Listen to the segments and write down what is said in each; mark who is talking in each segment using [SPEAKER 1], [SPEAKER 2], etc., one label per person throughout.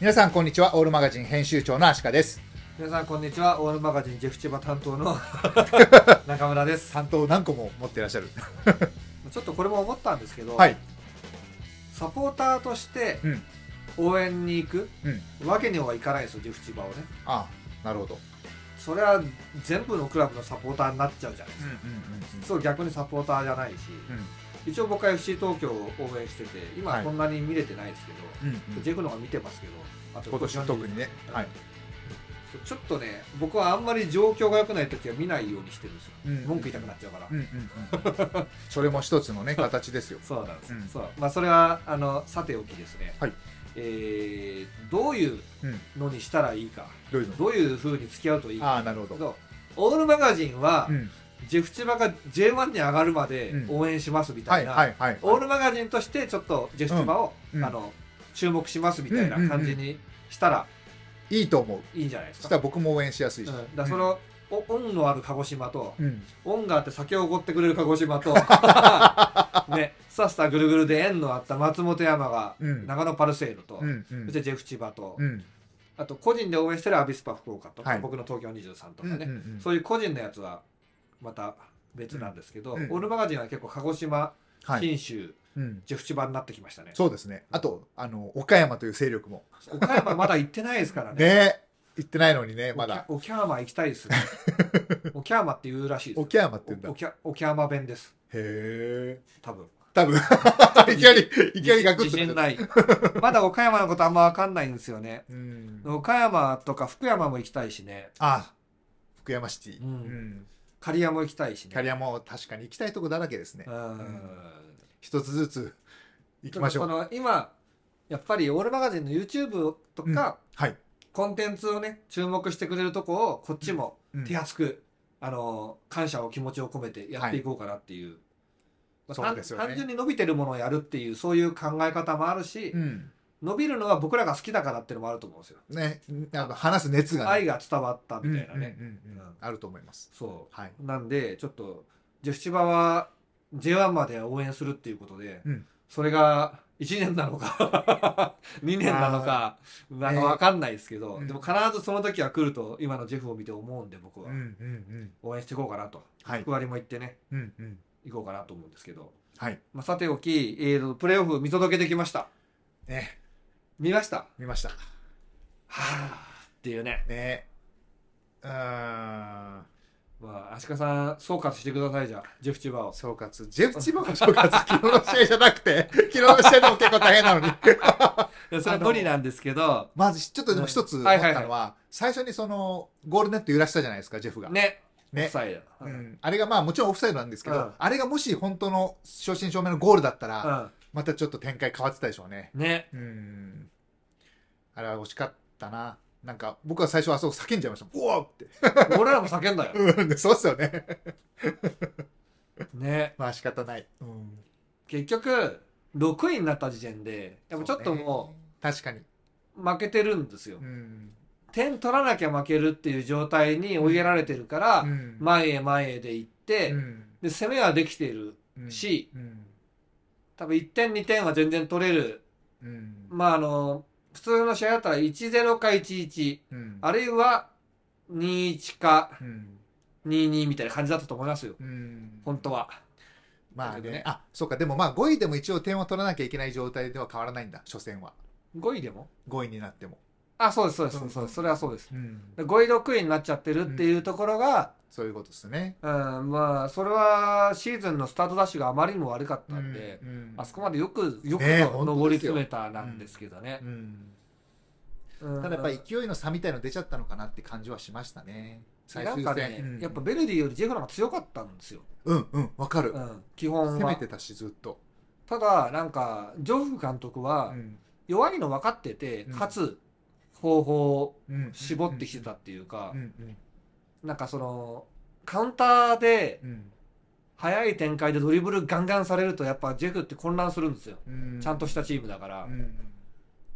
[SPEAKER 1] 皆さんこんにちはオールマガジン編集長のアシカです
[SPEAKER 2] 皆さんこんにちはオールマガジンジェフチバ担 当の中村です
[SPEAKER 1] 担当何個も持ってらっしゃる
[SPEAKER 2] ちょっとこれも思ったんですけど、
[SPEAKER 1] はい
[SPEAKER 2] サポーターとして
[SPEAKER 1] うん
[SPEAKER 2] 応援に行く
[SPEAKER 1] うん
[SPEAKER 2] わけにはいかないですよジェフチバをね
[SPEAKER 1] ああなるほど
[SPEAKER 2] それは全部のクラブのサポーターになっちゃうじゃない
[SPEAKER 1] うんうん
[SPEAKER 2] そう逆にサポーターじゃないし
[SPEAKER 1] うん
[SPEAKER 2] 一応僕は FC 東京を応援してて今
[SPEAKER 1] はい
[SPEAKER 2] こんなに見れてないですけど、
[SPEAKER 1] うんうん
[SPEAKER 2] ジェフの方が見てますけどあと
[SPEAKER 1] 今年は特にね
[SPEAKER 2] うん
[SPEAKER 1] はい
[SPEAKER 2] ちょっとね僕はあんまり状況が良くない時は見ないようにしてるんですよ、
[SPEAKER 1] うん
[SPEAKER 2] 文句言いたくなっちゃうから、
[SPEAKER 1] うんうんうんそれも一つの ね形ですよ
[SPEAKER 2] そうなんです、
[SPEAKER 1] うん
[SPEAKER 2] そうまあそれはあのさておきですね、
[SPEAKER 1] はい
[SPEAKER 2] えーどういう
[SPEAKER 1] うん
[SPEAKER 2] のにしたらいいか
[SPEAKER 1] どういうの
[SPEAKER 2] どういうふうに付き合うといいか
[SPEAKER 1] ああなるほ
[SPEAKER 2] け
[SPEAKER 1] ど
[SPEAKER 2] どオールマガジンは、
[SPEAKER 1] うん
[SPEAKER 2] ジェフチバが J1 に上がるまで
[SPEAKER 1] うん
[SPEAKER 2] 応援しますみた
[SPEAKER 1] はいい
[SPEAKER 2] な、
[SPEAKER 1] はいはい
[SPEAKER 2] オールマガジンとしてちょっとジェフチバを、
[SPEAKER 1] うん
[SPEAKER 2] あの注目しますみたいな感じにしたら
[SPEAKER 1] いいと思う
[SPEAKER 2] いいんじゃないで
[SPEAKER 1] そし
[SPEAKER 2] すか
[SPEAKER 1] たら僕も応援しやすいし
[SPEAKER 2] うん、だからその、お恩のある鹿児島と
[SPEAKER 1] うん
[SPEAKER 2] 恩があって酒をおごってくれる鹿児 島とねさっさぐるぐるで縁のあった松本山が
[SPEAKER 1] うん
[SPEAKER 2] 長野パルセイドと、
[SPEAKER 1] うんうん
[SPEAKER 2] そしてジェフ千葉と、
[SPEAKER 1] うん
[SPEAKER 2] あと個人で応援してるアビスパ福岡と、
[SPEAKER 1] はい
[SPEAKER 2] 僕の東京23と
[SPEAKER 1] う
[SPEAKER 2] か
[SPEAKER 1] ん
[SPEAKER 2] ね、
[SPEAKER 1] うんうん
[SPEAKER 2] そういう個人のやつはまた別なんですけど、
[SPEAKER 1] うんうん
[SPEAKER 2] オールマガジンは結構鹿児島、
[SPEAKER 1] はい
[SPEAKER 2] 信州
[SPEAKER 1] うん
[SPEAKER 2] ジェフ千葉になってきましたね
[SPEAKER 1] そうですねあとあの岡山という勢力も
[SPEAKER 2] 岡山まだ行ってないですからね
[SPEAKER 1] ね行ってないのにねまだ
[SPEAKER 2] 沖山行きた いですね沖山って言うらしいです
[SPEAKER 1] 沖山って言うんだへ
[SPEAKER 2] 沖沖山弁です
[SPEAKER 1] え
[SPEAKER 2] 多分
[SPEAKER 1] 多 分いきなりいきなりガクッ
[SPEAKER 2] 自
[SPEAKER 1] と
[SPEAKER 2] 信ないまだ岡山のことあんま分かんないんですよね
[SPEAKER 1] うん
[SPEAKER 2] 岡山とか福山も行きたいしね
[SPEAKER 1] あ福山シティ、
[SPEAKER 2] うん
[SPEAKER 1] うん
[SPEAKER 2] 刈谷も行きたいしね
[SPEAKER 1] キャリアも確かに行きたいとこだらけですね、
[SPEAKER 2] うん
[SPEAKER 1] 一つずつ行きましょ
[SPEAKER 2] そうの今やっぱりオールマガジンの YouTube と
[SPEAKER 1] う
[SPEAKER 2] か、
[SPEAKER 1] んはい、
[SPEAKER 2] コンテンツをね注目してくれるとこをこっちも
[SPEAKER 1] うん
[SPEAKER 2] 手厚く、あの感謝を気持ちを込めてやっていこうかなっていう、まあ
[SPEAKER 1] そうですよね
[SPEAKER 2] 単単純に伸びてるものをやるっていうそういう考え方もあるし、
[SPEAKER 1] うん
[SPEAKER 2] 伸びるのは僕らが好きだからっていうのもあると思うんですよ
[SPEAKER 1] ねなんか話す熱が、ね、
[SPEAKER 2] 愛が伝わったみたいなね、
[SPEAKER 1] うんうんうんうん
[SPEAKER 2] うん
[SPEAKER 1] あると思います
[SPEAKER 2] そ
[SPEAKER 1] はいう
[SPEAKER 2] なんでちょっとジェフチバは J1 まで応援するっていうことで、
[SPEAKER 1] うん
[SPEAKER 2] それが1年なのか 2年なのかなんか分かんないですけど、
[SPEAKER 1] うん
[SPEAKER 2] でも必ずその時は来ると今のジェフを見て思うんで僕
[SPEAKER 1] う
[SPEAKER 2] は
[SPEAKER 1] んうんうん
[SPEAKER 2] 応援していこうかなと、
[SPEAKER 1] はい
[SPEAKER 2] 福割も行ってね
[SPEAKER 1] うんうん
[SPEAKER 2] 行こうかなと思うんですけど、
[SPEAKER 1] はい
[SPEAKER 2] まあ、さておき、えーとプレーオフ見届けてきました
[SPEAKER 1] ね
[SPEAKER 2] 見ましたは
[SPEAKER 1] 見ました
[SPEAKER 2] あっていうね
[SPEAKER 1] ねうーん
[SPEAKER 2] まあ足利さん総括してくださいじゃあジェフチバを
[SPEAKER 1] 総括ジェフ千葉の総括昨日の試合じゃなくて昨日の試合でも結構大変なのに
[SPEAKER 2] いやそれは無理なんですけど
[SPEAKER 1] まずちょっとでも一つ思ったのは,、
[SPEAKER 2] はいはい
[SPEAKER 1] 最初にそのゴールネット揺らしたじゃないですかジェフが
[SPEAKER 2] ね
[SPEAKER 1] ね
[SPEAKER 2] オフサイド
[SPEAKER 1] う
[SPEAKER 2] うん
[SPEAKER 1] んあれがまあもちろんオフサイドなんですけど、
[SPEAKER 2] うん
[SPEAKER 1] あれがもし本当の正真正銘のゴールだったら、
[SPEAKER 2] うん
[SPEAKER 1] またちょっと展開変わってたでしょうね。
[SPEAKER 2] ね
[SPEAKER 1] うん。あれは惜しかったな。なんか僕は最初あそこ叫んじゃいました。うわーって。
[SPEAKER 2] 俺らも叫んだよ
[SPEAKER 1] うん、そうっすよね。
[SPEAKER 2] ね
[SPEAKER 1] まあ仕方ない。うん。
[SPEAKER 2] 結局6位になった時点でやっぱちょっとも
[SPEAKER 1] う。確かに。
[SPEAKER 2] う負けてるんですよ、
[SPEAKER 1] うん。
[SPEAKER 2] 点取らなきゃ負けるっていう状態に追いやられてるから、
[SPEAKER 1] うん
[SPEAKER 2] 前へ前へで行って、
[SPEAKER 1] うん
[SPEAKER 2] で攻めはできている
[SPEAKER 1] うん
[SPEAKER 2] し、
[SPEAKER 1] うん。
[SPEAKER 2] 多分1点2点は全然取れる
[SPEAKER 1] うん。
[SPEAKER 2] まああの普通の試合だったら1-0か1-1
[SPEAKER 1] うん。
[SPEAKER 2] あるいは2-1か
[SPEAKER 1] うん。
[SPEAKER 2] 2-2みたいな感じだったと思いますよ
[SPEAKER 1] うん。
[SPEAKER 2] 本当は
[SPEAKER 1] まあ
[SPEAKER 2] だけど
[SPEAKER 1] ね
[SPEAKER 2] ね。
[SPEAKER 1] あ、そうか。でもまあ5位でも一応点を取らなきゃいけない状態では変わらないんだ。初戦は。
[SPEAKER 2] 5位でも
[SPEAKER 1] 5位になっても。
[SPEAKER 2] あそうですそうです、
[SPEAKER 1] うん
[SPEAKER 2] そうですそれはそうです
[SPEAKER 1] うん。
[SPEAKER 2] 5位6位になっちゃってるっていうところが、
[SPEAKER 1] そういうことですね。
[SPEAKER 2] うんまあそれはシーズンのスタートダッシュがあまりにも悪かったんで、
[SPEAKER 1] うんうん
[SPEAKER 2] あそこまでよくよく
[SPEAKER 1] ねえ
[SPEAKER 2] 上り詰めたなんですけどね、
[SPEAKER 1] うん
[SPEAKER 2] うん
[SPEAKER 1] ただやっぱ勢いの差みたいの出ちゃったのかなって感じはしましたね。最
[SPEAKER 2] な
[SPEAKER 1] 終
[SPEAKER 2] ん
[SPEAKER 1] 戦。
[SPEAKER 2] かね、
[SPEAKER 1] うん
[SPEAKER 2] やっぱベルディよりジェフの方が強かったんですよ、
[SPEAKER 1] うんうん、わかる、
[SPEAKER 2] うん、基本
[SPEAKER 1] 攻め
[SPEAKER 2] は
[SPEAKER 1] てたし、ずっと。
[SPEAKER 2] ただなんかジョフ監督
[SPEAKER 1] う
[SPEAKER 2] は
[SPEAKER 1] ん
[SPEAKER 2] 弱いの分かってて、
[SPEAKER 1] うん
[SPEAKER 2] かつ方法を
[SPEAKER 1] うん
[SPEAKER 2] 絞ってきてたっていうか、
[SPEAKER 1] うんうん
[SPEAKER 2] なんかそのカウンターで
[SPEAKER 1] うん
[SPEAKER 2] 早い展開でドリブルガンガンされるとやっぱジェフって混乱するんですよ、
[SPEAKER 1] うん
[SPEAKER 2] ちゃんとしたチームだから、
[SPEAKER 1] うん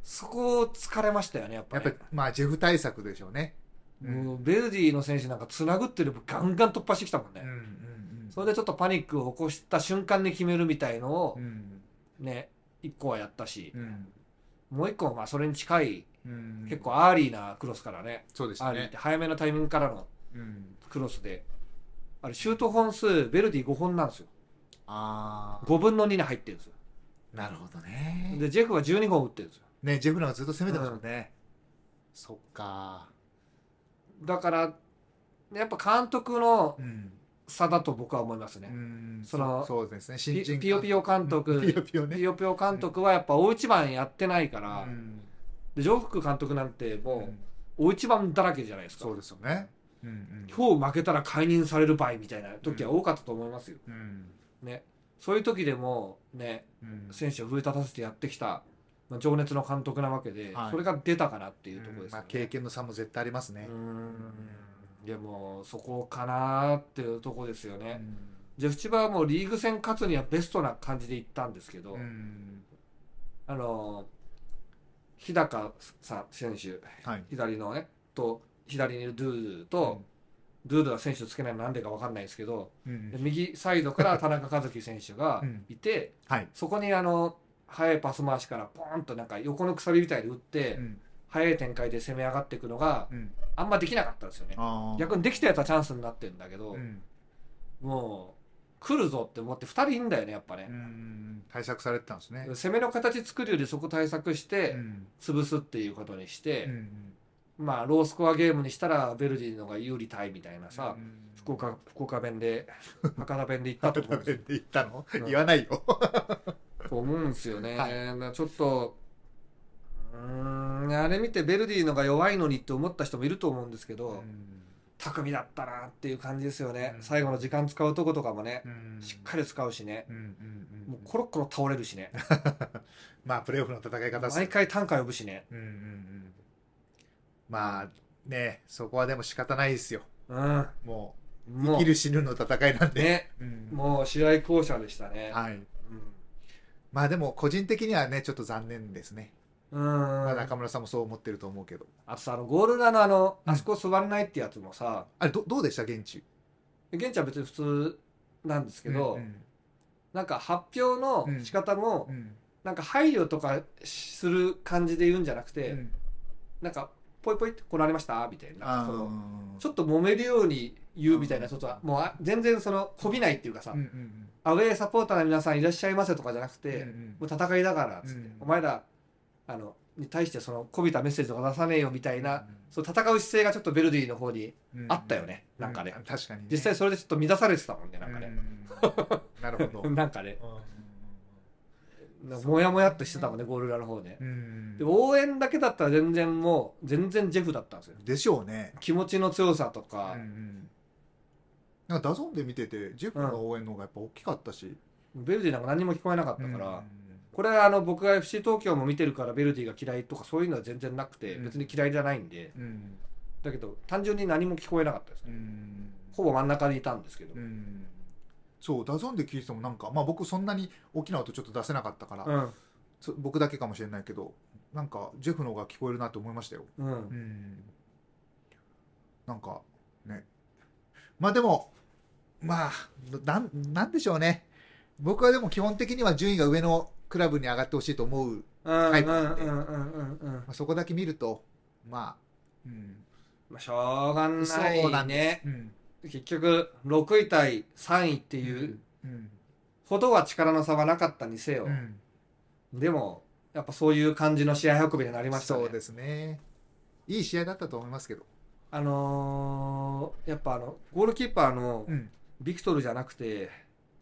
[SPEAKER 2] そこを疲れましたよねやっぱ
[SPEAKER 1] やっ
[SPEAKER 2] ね
[SPEAKER 1] ぱり、まあ、ジェフ対策でしょうね。
[SPEAKER 2] もうベルディの選手なんかつなぐっていうよりもガンガン突破してきたもんね、
[SPEAKER 1] うんうんうん
[SPEAKER 2] それでちょっとパニックを起こした瞬間に決めるみたいのを
[SPEAKER 1] うん
[SPEAKER 2] ね、一個はやったし
[SPEAKER 1] う、ん
[SPEAKER 2] もう一個はまあそれに近い
[SPEAKER 1] うん
[SPEAKER 2] 結構アーリーなクロスからね
[SPEAKER 1] そうです
[SPEAKER 2] アーリーっ
[SPEAKER 1] ね
[SPEAKER 2] て、早めのタイミングからの
[SPEAKER 1] うん、
[SPEAKER 2] クロスであれシュート本数ベルディ5本なんですよ
[SPEAKER 1] あ
[SPEAKER 2] 5分の2に入ってるんですよ
[SPEAKER 1] あなるほどね
[SPEAKER 2] でジェフは12本打ってるんですよ
[SPEAKER 1] ねジェフなんかずっと攻めてますもんね、そっか
[SPEAKER 2] だからやっぱ監督の
[SPEAKER 1] うん、
[SPEAKER 2] 差だと僕は思います
[SPEAKER 1] う
[SPEAKER 2] ね、
[SPEAKER 1] ん、
[SPEAKER 2] その
[SPEAKER 1] そうそうですね新
[SPEAKER 2] ピ
[SPEAKER 1] 人
[SPEAKER 2] ピヨピヨ監督
[SPEAKER 1] ピヨピヨね
[SPEAKER 2] ピヨピヨ監督はやっぱ大一番やってないから、
[SPEAKER 1] うん
[SPEAKER 2] でジョーフク監督なんて
[SPEAKER 1] う
[SPEAKER 2] も
[SPEAKER 1] ん
[SPEAKER 2] う大一番だらけじゃないですか、
[SPEAKER 1] そうですよねうんうん
[SPEAKER 2] 今日負けたら解任される場合みたいな時は多かったと思いますよ、
[SPEAKER 1] うん
[SPEAKER 2] ねそういう時でもね
[SPEAKER 1] うん
[SPEAKER 2] 選手を奮い立たせてやってきた、まあ、情熱の監督なわけで、
[SPEAKER 1] はい
[SPEAKER 2] それが出たかなっていうところです
[SPEAKER 1] ま
[SPEAKER 2] よ
[SPEAKER 1] あ
[SPEAKER 2] ね、
[SPEAKER 1] 経験の差も絶対ありますね
[SPEAKER 2] うーんでもそこかなっていうとこですよ
[SPEAKER 1] う
[SPEAKER 2] ね、
[SPEAKER 1] ん
[SPEAKER 2] ジェフチバはもうリーグ戦勝つにはベストな感じでいったんですけど、
[SPEAKER 1] うん
[SPEAKER 2] あの日高さん選手
[SPEAKER 1] はい
[SPEAKER 2] 左のねと左にいるドゥードゥーと、ドゥードゥーは選手つけないのなんでか分かんないですけど、
[SPEAKER 1] うん
[SPEAKER 2] で右サイドから田中和樹選手が
[SPEAKER 1] うん
[SPEAKER 2] いて、
[SPEAKER 1] はい
[SPEAKER 2] そこにあの速いパス回しからポーンとなんか横のくさびみたいに打って、
[SPEAKER 1] うん
[SPEAKER 2] 速い展開で攻め上がっていくのが
[SPEAKER 1] うん
[SPEAKER 2] あんまできなかったんですよね。
[SPEAKER 1] あー
[SPEAKER 2] 逆にできたやつはチャンスになってるんだけど、
[SPEAKER 1] うん
[SPEAKER 2] もう来るぞって思って2人いんだよねやっぱ
[SPEAKER 1] う
[SPEAKER 2] ね、
[SPEAKER 1] ん対策されてたんですね
[SPEAKER 2] 攻めの形作るよりそこ対策して
[SPEAKER 1] うん
[SPEAKER 2] 潰すっていうことにして
[SPEAKER 1] う、ん
[SPEAKER 2] まあロースコアゲームにしたらベルディの方が有利タイみたいなさ、
[SPEAKER 1] うん
[SPEAKER 2] 福岡福岡弁で博多弁で言ったと思うんですよ
[SPEAKER 1] 言ったの
[SPEAKER 2] うん
[SPEAKER 1] 言わないよ
[SPEAKER 2] と思うんですよね、
[SPEAKER 1] は
[SPEAKER 2] なちょっとうーんあれ見てベルディのが弱いのにって思った人もいると思うんですけど、匠だったなっていう感じですよね、
[SPEAKER 1] うん
[SPEAKER 2] 最後の時間使うとことかもね、
[SPEAKER 1] うん
[SPEAKER 2] しっかり使うしね、
[SPEAKER 1] うんうんうん
[SPEAKER 2] もうコロコロ倒れるしね
[SPEAKER 1] まあプレーオフの戦い方っす
[SPEAKER 2] 毎回単価呼ぶしね
[SPEAKER 1] うんうんうんまあねそこはでも仕方ないですよ
[SPEAKER 2] うん
[SPEAKER 1] もう
[SPEAKER 2] も
[SPEAKER 1] 生きる死ぬの戦いなん
[SPEAKER 2] う
[SPEAKER 1] で、
[SPEAKER 2] ね
[SPEAKER 1] うん
[SPEAKER 2] もう試合巧者でしたね、
[SPEAKER 1] はいまあでも個人的にはねちょっと残念ですね、
[SPEAKER 2] うんうん、
[SPEAKER 1] まあ、中村さんもそう思ってると思うけど
[SPEAKER 2] あとさあのゴール裏のあの
[SPEAKER 1] うん
[SPEAKER 2] あそこ座れないってやつもさ、
[SPEAKER 1] あれどどうでした現地
[SPEAKER 2] 現地は別に普通なんですけど、
[SPEAKER 1] うん
[SPEAKER 2] なんか発表の仕方も、
[SPEAKER 1] うん
[SPEAKER 2] なんか配慮とかする感じで言うんじゃなくて、
[SPEAKER 1] うん
[SPEAKER 2] なんかポイポイって来られましたみたいななん
[SPEAKER 1] あ
[SPEAKER 2] かその
[SPEAKER 1] ー
[SPEAKER 2] ちょっと揉めるように言うみたいな
[SPEAKER 1] うん
[SPEAKER 2] ちょっとはもうあ全然そのこびないっていうかさ、
[SPEAKER 1] うんうん
[SPEAKER 2] アウェーサポーターの皆さんいらっしゃいませとかじゃなく
[SPEAKER 1] うん
[SPEAKER 2] て、
[SPEAKER 1] うん
[SPEAKER 2] もう戦いだからっつって、
[SPEAKER 1] うん
[SPEAKER 2] お前らあのに対してそのこびたメッセージとか出さねえよみたいな、
[SPEAKER 1] う
[SPEAKER 2] そう戦う姿勢がちょっとベルディの方に
[SPEAKER 1] んうん
[SPEAKER 2] あったよね、なんかね、
[SPEAKER 1] う確かにね、
[SPEAKER 2] 実際それでちょっと乱されてたもんねなんかね、
[SPEAKER 1] うんなるほど
[SPEAKER 2] なんかね
[SPEAKER 1] う
[SPEAKER 2] なんかモヤモヤっとしてたもんねゴール裏の方ね、
[SPEAKER 1] ん
[SPEAKER 2] で応援だけだったら全然もう全然ジェフだったんですよ
[SPEAKER 1] でしょうね
[SPEAKER 2] 気持ちの強さと
[SPEAKER 1] うんう
[SPEAKER 2] か、
[SPEAKER 1] んなんかダゾーンで見ててジェフの応援の方がやっぱ大きかったし
[SPEAKER 2] ベルディなんか何も聞こえなかった
[SPEAKER 1] だ
[SPEAKER 2] か、
[SPEAKER 1] からら
[SPEAKER 2] これはあの僕が FC 東京も見てるからベルディが嫌いとかそういうのは全然なくて、
[SPEAKER 1] うん
[SPEAKER 2] 別に嫌いじゃないんで
[SPEAKER 1] うん
[SPEAKER 2] だけど単純に何も聞こえなかったですね、
[SPEAKER 1] うん
[SPEAKER 2] ほぼ真ん中にいたんですけど、
[SPEAKER 1] う
[SPEAKER 2] うん
[SPEAKER 1] んそうダゾーンで聞いててもなんかまあ僕そんなに大きな音ちょっと出せなかったから、そ僕だけかもしれないけどなんかジェフの方が聞こえるなって思いましたよ
[SPEAKER 2] うん
[SPEAKER 1] うんなんかねまあでもまあなんなんでしょうね僕はでも基本的には順位が上のクラブに上がってほしいと思う、
[SPEAKER 2] うん
[SPEAKER 1] タイ
[SPEAKER 2] う
[SPEAKER 1] プなん
[SPEAKER 2] ん
[SPEAKER 1] で
[SPEAKER 2] うんうんうんうん
[SPEAKER 1] まあ、そこだけ見るとまあうん、
[SPEAKER 2] まあしょうがな
[SPEAKER 1] そうないん
[SPEAKER 2] ね
[SPEAKER 1] うん
[SPEAKER 2] 結局6位対3位っていう
[SPEAKER 1] うん
[SPEAKER 2] ほどは力の差はなかったにせよ、
[SPEAKER 1] うん
[SPEAKER 2] でもやっぱそういう感じの試合運びになりましたね
[SPEAKER 1] そうですねいい試合だったと思いますけど、
[SPEAKER 2] あのーやっぱあのゴールキーパーの
[SPEAKER 1] うん、
[SPEAKER 2] ビクトルじゃなくて、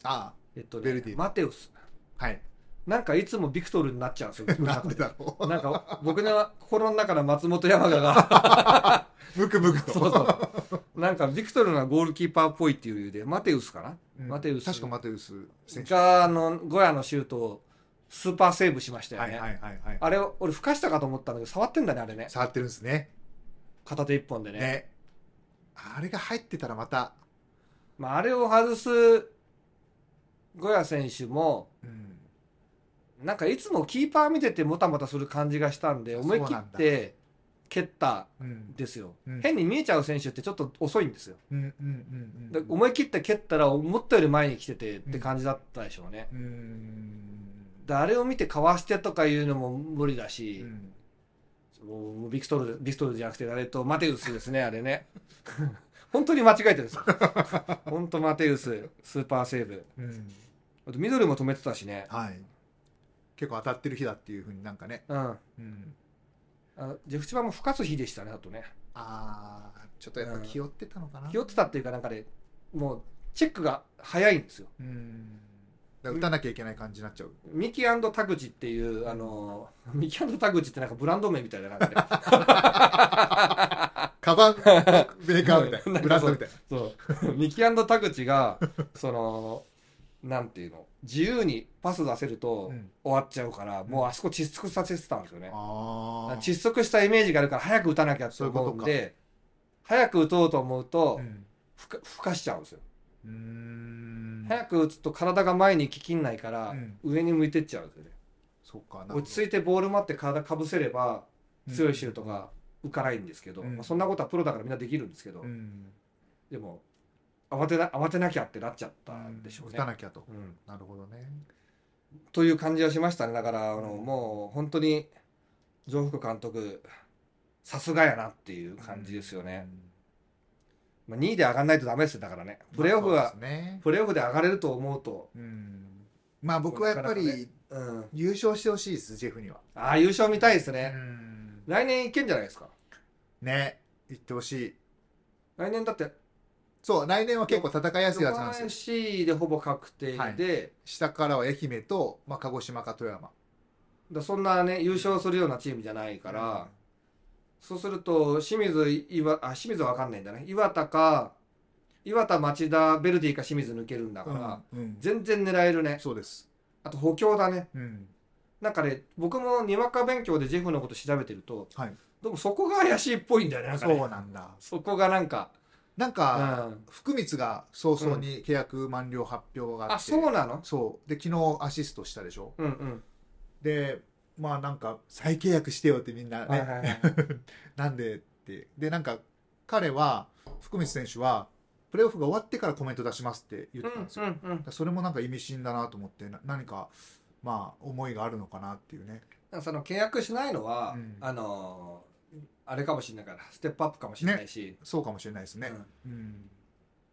[SPEAKER 1] あ
[SPEAKER 2] えっと
[SPEAKER 1] ベル
[SPEAKER 2] ね
[SPEAKER 1] ディ、
[SPEAKER 2] マテウス
[SPEAKER 1] あはい
[SPEAKER 2] なんかいつもビクトルになっちゃうんです よ僕
[SPEAKER 1] なん
[SPEAKER 2] の中
[SPEAKER 1] で
[SPEAKER 2] で
[SPEAKER 1] だろう
[SPEAKER 2] なんか僕の心の中の松本山 雅が
[SPEAKER 1] ムクムクと
[SPEAKER 2] そうそうなんかビクトルがゴールキーパーっぽいっていう理由でマテウスかな
[SPEAKER 1] うん
[SPEAKER 2] マテウス
[SPEAKER 1] 確かマテウス選手
[SPEAKER 2] があのゴヤのシュートをスーパーセーブしましたよ
[SPEAKER 1] は
[SPEAKER 2] ね、
[SPEAKER 1] いはいはいはい
[SPEAKER 2] あれを俺ふかしたかと思ったんだけど触ってんだねあれね
[SPEAKER 1] 触ってるんですね
[SPEAKER 2] 片手一本でね
[SPEAKER 1] ねあれが入ってたらまた、
[SPEAKER 2] まあ、あれを外すゴヤ選手も
[SPEAKER 1] うん、
[SPEAKER 2] なんかいつもキーパー見ててもたもたする感じがしたんで
[SPEAKER 1] あ
[SPEAKER 2] 思い切って蹴った
[SPEAKER 1] うん
[SPEAKER 2] んですよ、
[SPEAKER 1] うん
[SPEAKER 2] 変に見えちゃう選手ってちょっと遅いんですよ、
[SPEAKER 1] うんうんうん
[SPEAKER 2] で思い切って蹴ったら思ったより前に来ててって感じだったでしょうね、
[SPEAKER 1] うんうん
[SPEAKER 2] であれを見てかわしてとかいうのも無理だし、もうビクトルビクトルじゃなくてあれとマテウスですねあれね 本当に間違えてるん ですよ本当マテウススーパーセーブ
[SPEAKER 1] うん
[SPEAKER 2] あとミドルも止めてたしね
[SPEAKER 1] はい、結構当たってる日だっていうふうになんかね、
[SPEAKER 2] うんあ
[SPEAKER 1] うん、
[SPEAKER 2] ジェフチバも不活日でしたねあとね
[SPEAKER 1] ああちょっとやっぱ気負ってたのかな、
[SPEAKER 2] 気負ってたっていうかなんかねもうチェックが早いんですよ
[SPEAKER 1] うんだから打たなきゃいけない感じになっちゃう、
[SPEAKER 2] ミキタグチっていうあの ミキタグチってなんかブランド名みたいな感じ で
[SPEAKER 1] カバン メーカーみたい
[SPEAKER 2] うん
[SPEAKER 1] なブランドみたいな
[SPEAKER 2] そう ミキタグチがそのなんていうの自由にパス出せると
[SPEAKER 1] うん
[SPEAKER 2] 終わっちゃうから、もうあそこ窒息させてたんですよね
[SPEAKER 1] ああ
[SPEAKER 2] 窒息したイメージがあるから早く打たなきゃって思うん
[SPEAKER 1] そうい
[SPEAKER 2] で早く打とうと思うと
[SPEAKER 1] うん
[SPEAKER 2] ふかふかしちゃうんですよ、
[SPEAKER 1] うーん
[SPEAKER 2] 早く打つと体が前に行ききんないから、
[SPEAKER 1] うん
[SPEAKER 2] 上に向いてっちゃうんですよね
[SPEAKER 1] そうかな
[SPEAKER 2] 落ち着いてボール待って体かぶせれば強いシュートが浮かないんですけど、
[SPEAKER 1] うん
[SPEAKER 2] まあ、そんなことはプロだからみんなできるんですけど、
[SPEAKER 1] うん
[SPEAKER 2] でも慌てな慌てなきゃってなっちゃったんでしょう
[SPEAKER 1] 打
[SPEAKER 2] ね。
[SPEAKER 1] たなきゃと
[SPEAKER 2] うん
[SPEAKER 1] なるほどね
[SPEAKER 2] という感じはしましたねだからあの、
[SPEAKER 1] うん
[SPEAKER 2] もう本当に上福監督さすがやなっていう感じですよね、まあ、2位で上がらないとダメですよだからね
[SPEAKER 1] うん
[SPEAKER 2] プレーオフは、
[SPEAKER 1] まあそうですね
[SPEAKER 2] プレーオフで上がれると思うと、
[SPEAKER 1] うんまあ僕はやっぱ
[SPEAKER 2] なかな
[SPEAKER 1] り
[SPEAKER 2] うん、
[SPEAKER 1] 優勝してほしいですジェフには
[SPEAKER 2] ああ優勝見たいです
[SPEAKER 1] う
[SPEAKER 2] ね、
[SPEAKER 1] ん
[SPEAKER 2] 来年いけんじゃないですか
[SPEAKER 1] ね言ってほしい
[SPEAKER 2] 来年だって
[SPEAKER 1] そう来年は結構戦いやすいはずなんですよ
[SPEAKER 2] FC でほぼ確定で、
[SPEAKER 1] はい
[SPEAKER 2] だか
[SPEAKER 1] 下からは愛媛と、まあ、鹿児島か富山
[SPEAKER 2] らそんなね優勝するようなチームじゃないから、そうすると清水岩あ清水は分かんないんだね岩田か岩田町田ベルディか清水抜けるんだ
[SPEAKER 1] う
[SPEAKER 2] か
[SPEAKER 1] ん
[SPEAKER 2] ら、
[SPEAKER 1] うん
[SPEAKER 2] 全然狙えるね
[SPEAKER 1] そうです、
[SPEAKER 2] あと補強だね
[SPEAKER 1] うん、
[SPEAKER 2] なんかね僕もにわか勉強でジェフのこと調べてると、
[SPEAKER 1] はい
[SPEAKER 2] でもそこが怪しいっぽいんだよねなんか
[SPEAKER 1] そ
[SPEAKER 2] ね
[SPEAKER 1] うなんだ
[SPEAKER 2] そこがなんか
[SPEAKER 1] なん
[SPEAKER 2] う
[SPEAKER 1] か、
[SPEAKER 2] ん
[SPEAKER 1] 福光が早々に契約満了発表があ
[SPEAKER 2] あ
[SPEAKER 1] って、
[SPEAKER 2] そうなの
[SPEAKER 1] そうで昨日アシストしたでしょ
[SPEAKER 2] うんうん
[SPEAKER 1] でまあなんか再契約してよってみんなね、
[SPEAKER 2] はいはいはい
[SPEAKER 1] なんでってでなんか彼は福光選手はプレーオフが終わってからコメント出しますって言ってたんですよ、だ
[SPEAKER 2] うんうんうん
[SPEAKER 1] からそれもなんか意味深だなと思ってな何かまあ思いがあるのかなっていうね
[SPEAKER 2] なんかその契約しないのは、
[SPEAKER 1] うん
[SPEAKER 2] あのーあれかもしれないからステップアップかもしれないし、
[SPEAKER 1] そうかもしれないですね、
[SPEAKER 2] うん
[SPEAKER 1] うん、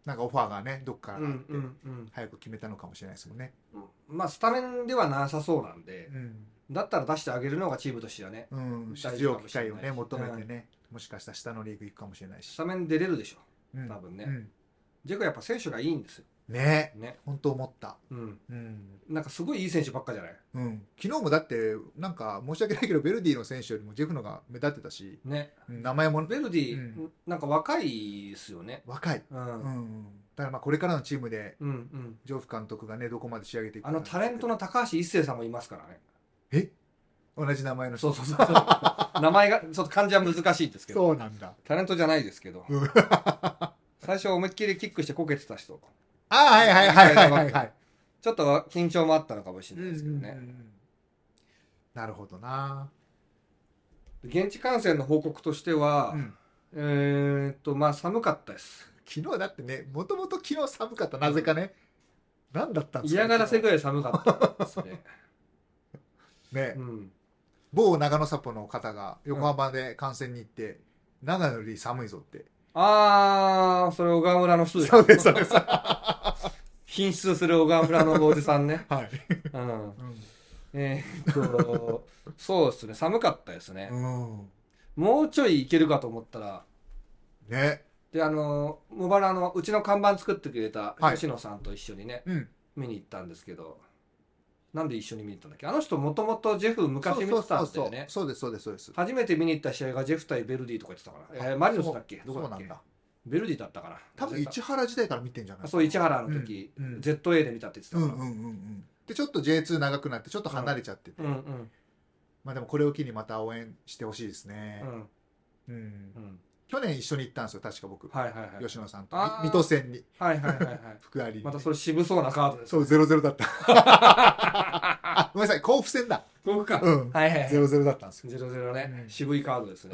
[SPEAKER 1] なんかオファーがねどっから
[SPEAKER 2] う
[SPEAKER 1] あっ
[SPEAKER 2] ん
[SPEAKER 1] て
[SPEAKER 2] うんうん
[SPEAKER 1] 早く決めたのかもしれないですもんね、
[SPEAKER 2] まあスタメンではなさそうなんで
[SPEAKER 1] うん
[SPEAKER 2] だったら出してあげるのがチームとしてはね
[SPEAKER 1] うん、出場機会をね求めてね、もしかしたら下のリーグ行くかもしれない
[SPEAKER 2] ス
[SPEAKER 1] し、
[SPEAKER 2] タメン出れるでしょ
[SPEAKER 1] うん、
[SPEAKER 2] 多分ね
[SPEAKER 1] うん
[SPEAKER 2] ジェコやっぱ選手がいいんですよ
[SPEAKER 1] ね
[SPEAKER 2] ね
[SPEAKER 1] 本当思った、
[SPEAKER 2] うん
[SPEAKER 1] うん
[SPEAKER 2] なんかすごいいい選手ばっかじゃない
[SPEAKER 1] うん、昨日もだってなんか申し訳ないけどベルディの選手よりもジェフのが目立ってたし
[SPEAKER 2] ね
[SPEAKER 1] うん名前も
[SPEAKER 2] ベルディ、
[SPEAKER 1] うん
[SPEAKER 2] なんか若いですよね
[SPEAKER 1] 若い、
[SPEAKER 2] う
[SPEAKER 1] うんん
[SPEAKER 2] うん
[SPEAKER 1] だからまあこれからのチームで
[SPEAKER 2] うんうん
[SPEAKER 1] ジョフ監督がねどこまで仕上げていくか
[SPEAKER 2] あのタレントの高橋一生さんもいますからね
[SPEAKER 1] え同じ名前の人
[SPEAKER 2] そうそうそう 名前がちょっと漢字は難しいんですけど
[SPEAKER 1] そうなんだ
[SPEAKER 2] タレントじゃないですけど
[SPEAKER 1] うん
[SPEAKER 2] 最初思いっきりキックしてこけてた人
[SPEAKER 1] ああはいはいはいはいはいはい
[SPEAKER 2] ちょっと緊張もあったのかもしれないですけどね、
[SPEAKER 1] うんうんうんなるほどな、
[SPEAKER 2] 現地観戦の報告としては、
[SPEAKER 1] うん
[SPEAKER 2] えーっとまあ寒かったです
[SPEAKER 1] 昨日だってねもともと昨日寒かったなぜかね何だったんですか
[SPEAKER 2] 嫌がらせぐ
[SPEAKER 1] い
[SPEAKER 2] らい寒か ったですね、
[SPEAKER 1] ね
[SPEAKER 2] うん、
[SPEAKER 1] 某長野サポの方が横浜で観戦に行って、長野より寒いぞって
[SPEAKER 2] ああそれ小川村の人です
[SPEAKER 1] そうですそうです、
[SPEAKER 2] 品質する小川村のおじさんね
[SPEAKER 1] はい、
[SPEAKER 2] うん、
[SPEAKER 1] うん
[SPEAKER 2] えーっとそうですね寒かったですね、
[SPEAKER 1] うん
[SPEAKER 2] もうちょいいけるかと思ったら
[SPEAKER 1] ね。
[SPEAKER 2] であの茂原のうちの看板作ってくれた
[SPEAKER 1] はい
[SPEAKER 2] 吉野さんと一緒にね、
[SPEAKER 1] うん。
[SPEAKER 2] 見に行ったんですけどなんで一緒に見に行ったんだっけあの人もともとジェフ昔見てた
[SPEAKER 1] そ
[SPEAKER 2] んだよね
[SPEAKER 1] うそうそうそうそうです、そうです、そうです。
[SPEAKER 2] 初めて見に行った試合がジェフ対ベルディとか言ってたから、えーマリノスだっけど
[SPEAKER 1] そ
[SPEAKER 2] こ
[SPEAKER 1] う
[SPEAKER 2] だっ
[SPEAKER 1] な
[SPEAKER 2] け
[SPEAKER 1] んだ。
[SPEAKER 2] ベルディだったかな
[SPEAKER 1] 多分市原時代から見てんじゃない
[SPEAKER 2] あそう市原の時、
[SPEAKER 1] うんうん
[SPEAKER 2] ZA で見たって言ってた
[SPEAKER 1] うん
[SPEAKER 2] か
[SPEAKER 1] うん
[SPEAKER 2] ら、
[SPEAKER 1] うんうん。で、ちょっと J2 長くなって、ちょっと離れちゃってて。
[SPEAKER 2] うんうん
[SPEAKER 1] まあでもこれを機にまた応援してほしいですね
[SPEAKER 2] う、ん
[SPEAKER 1] うん。
[SPEAKER 2] うん
[SPEAKER 1] 去年一緒に行ったんですよ、確か僕。
[SPEAKER 2] はいはいはい
[SPEAKER 1] 吉野さんと。
[SPEAKER 2] あー
[SPEAKER 1] み水戸戦に、
[SPEAKER 2] はいはいはいはい
[SPEAKER 1] 福有に
[SPEAKER 2] またそれ渋そうなカード です
[SPEAKER 1] そう、0-0だった。 あ、ごめんなさい、甲府戦だ。
[SPEAKER 2] 僕か、
[SPEAKER 1] うん。
[SPEAKER 2] はいはいはいゼロ
[SPEAKER 1] 0-0だったんですよ。
[SPEAKER 2] ゼロね、
[SPEAKER 1] うん
[SPEAKER 2] 渋いカード ですね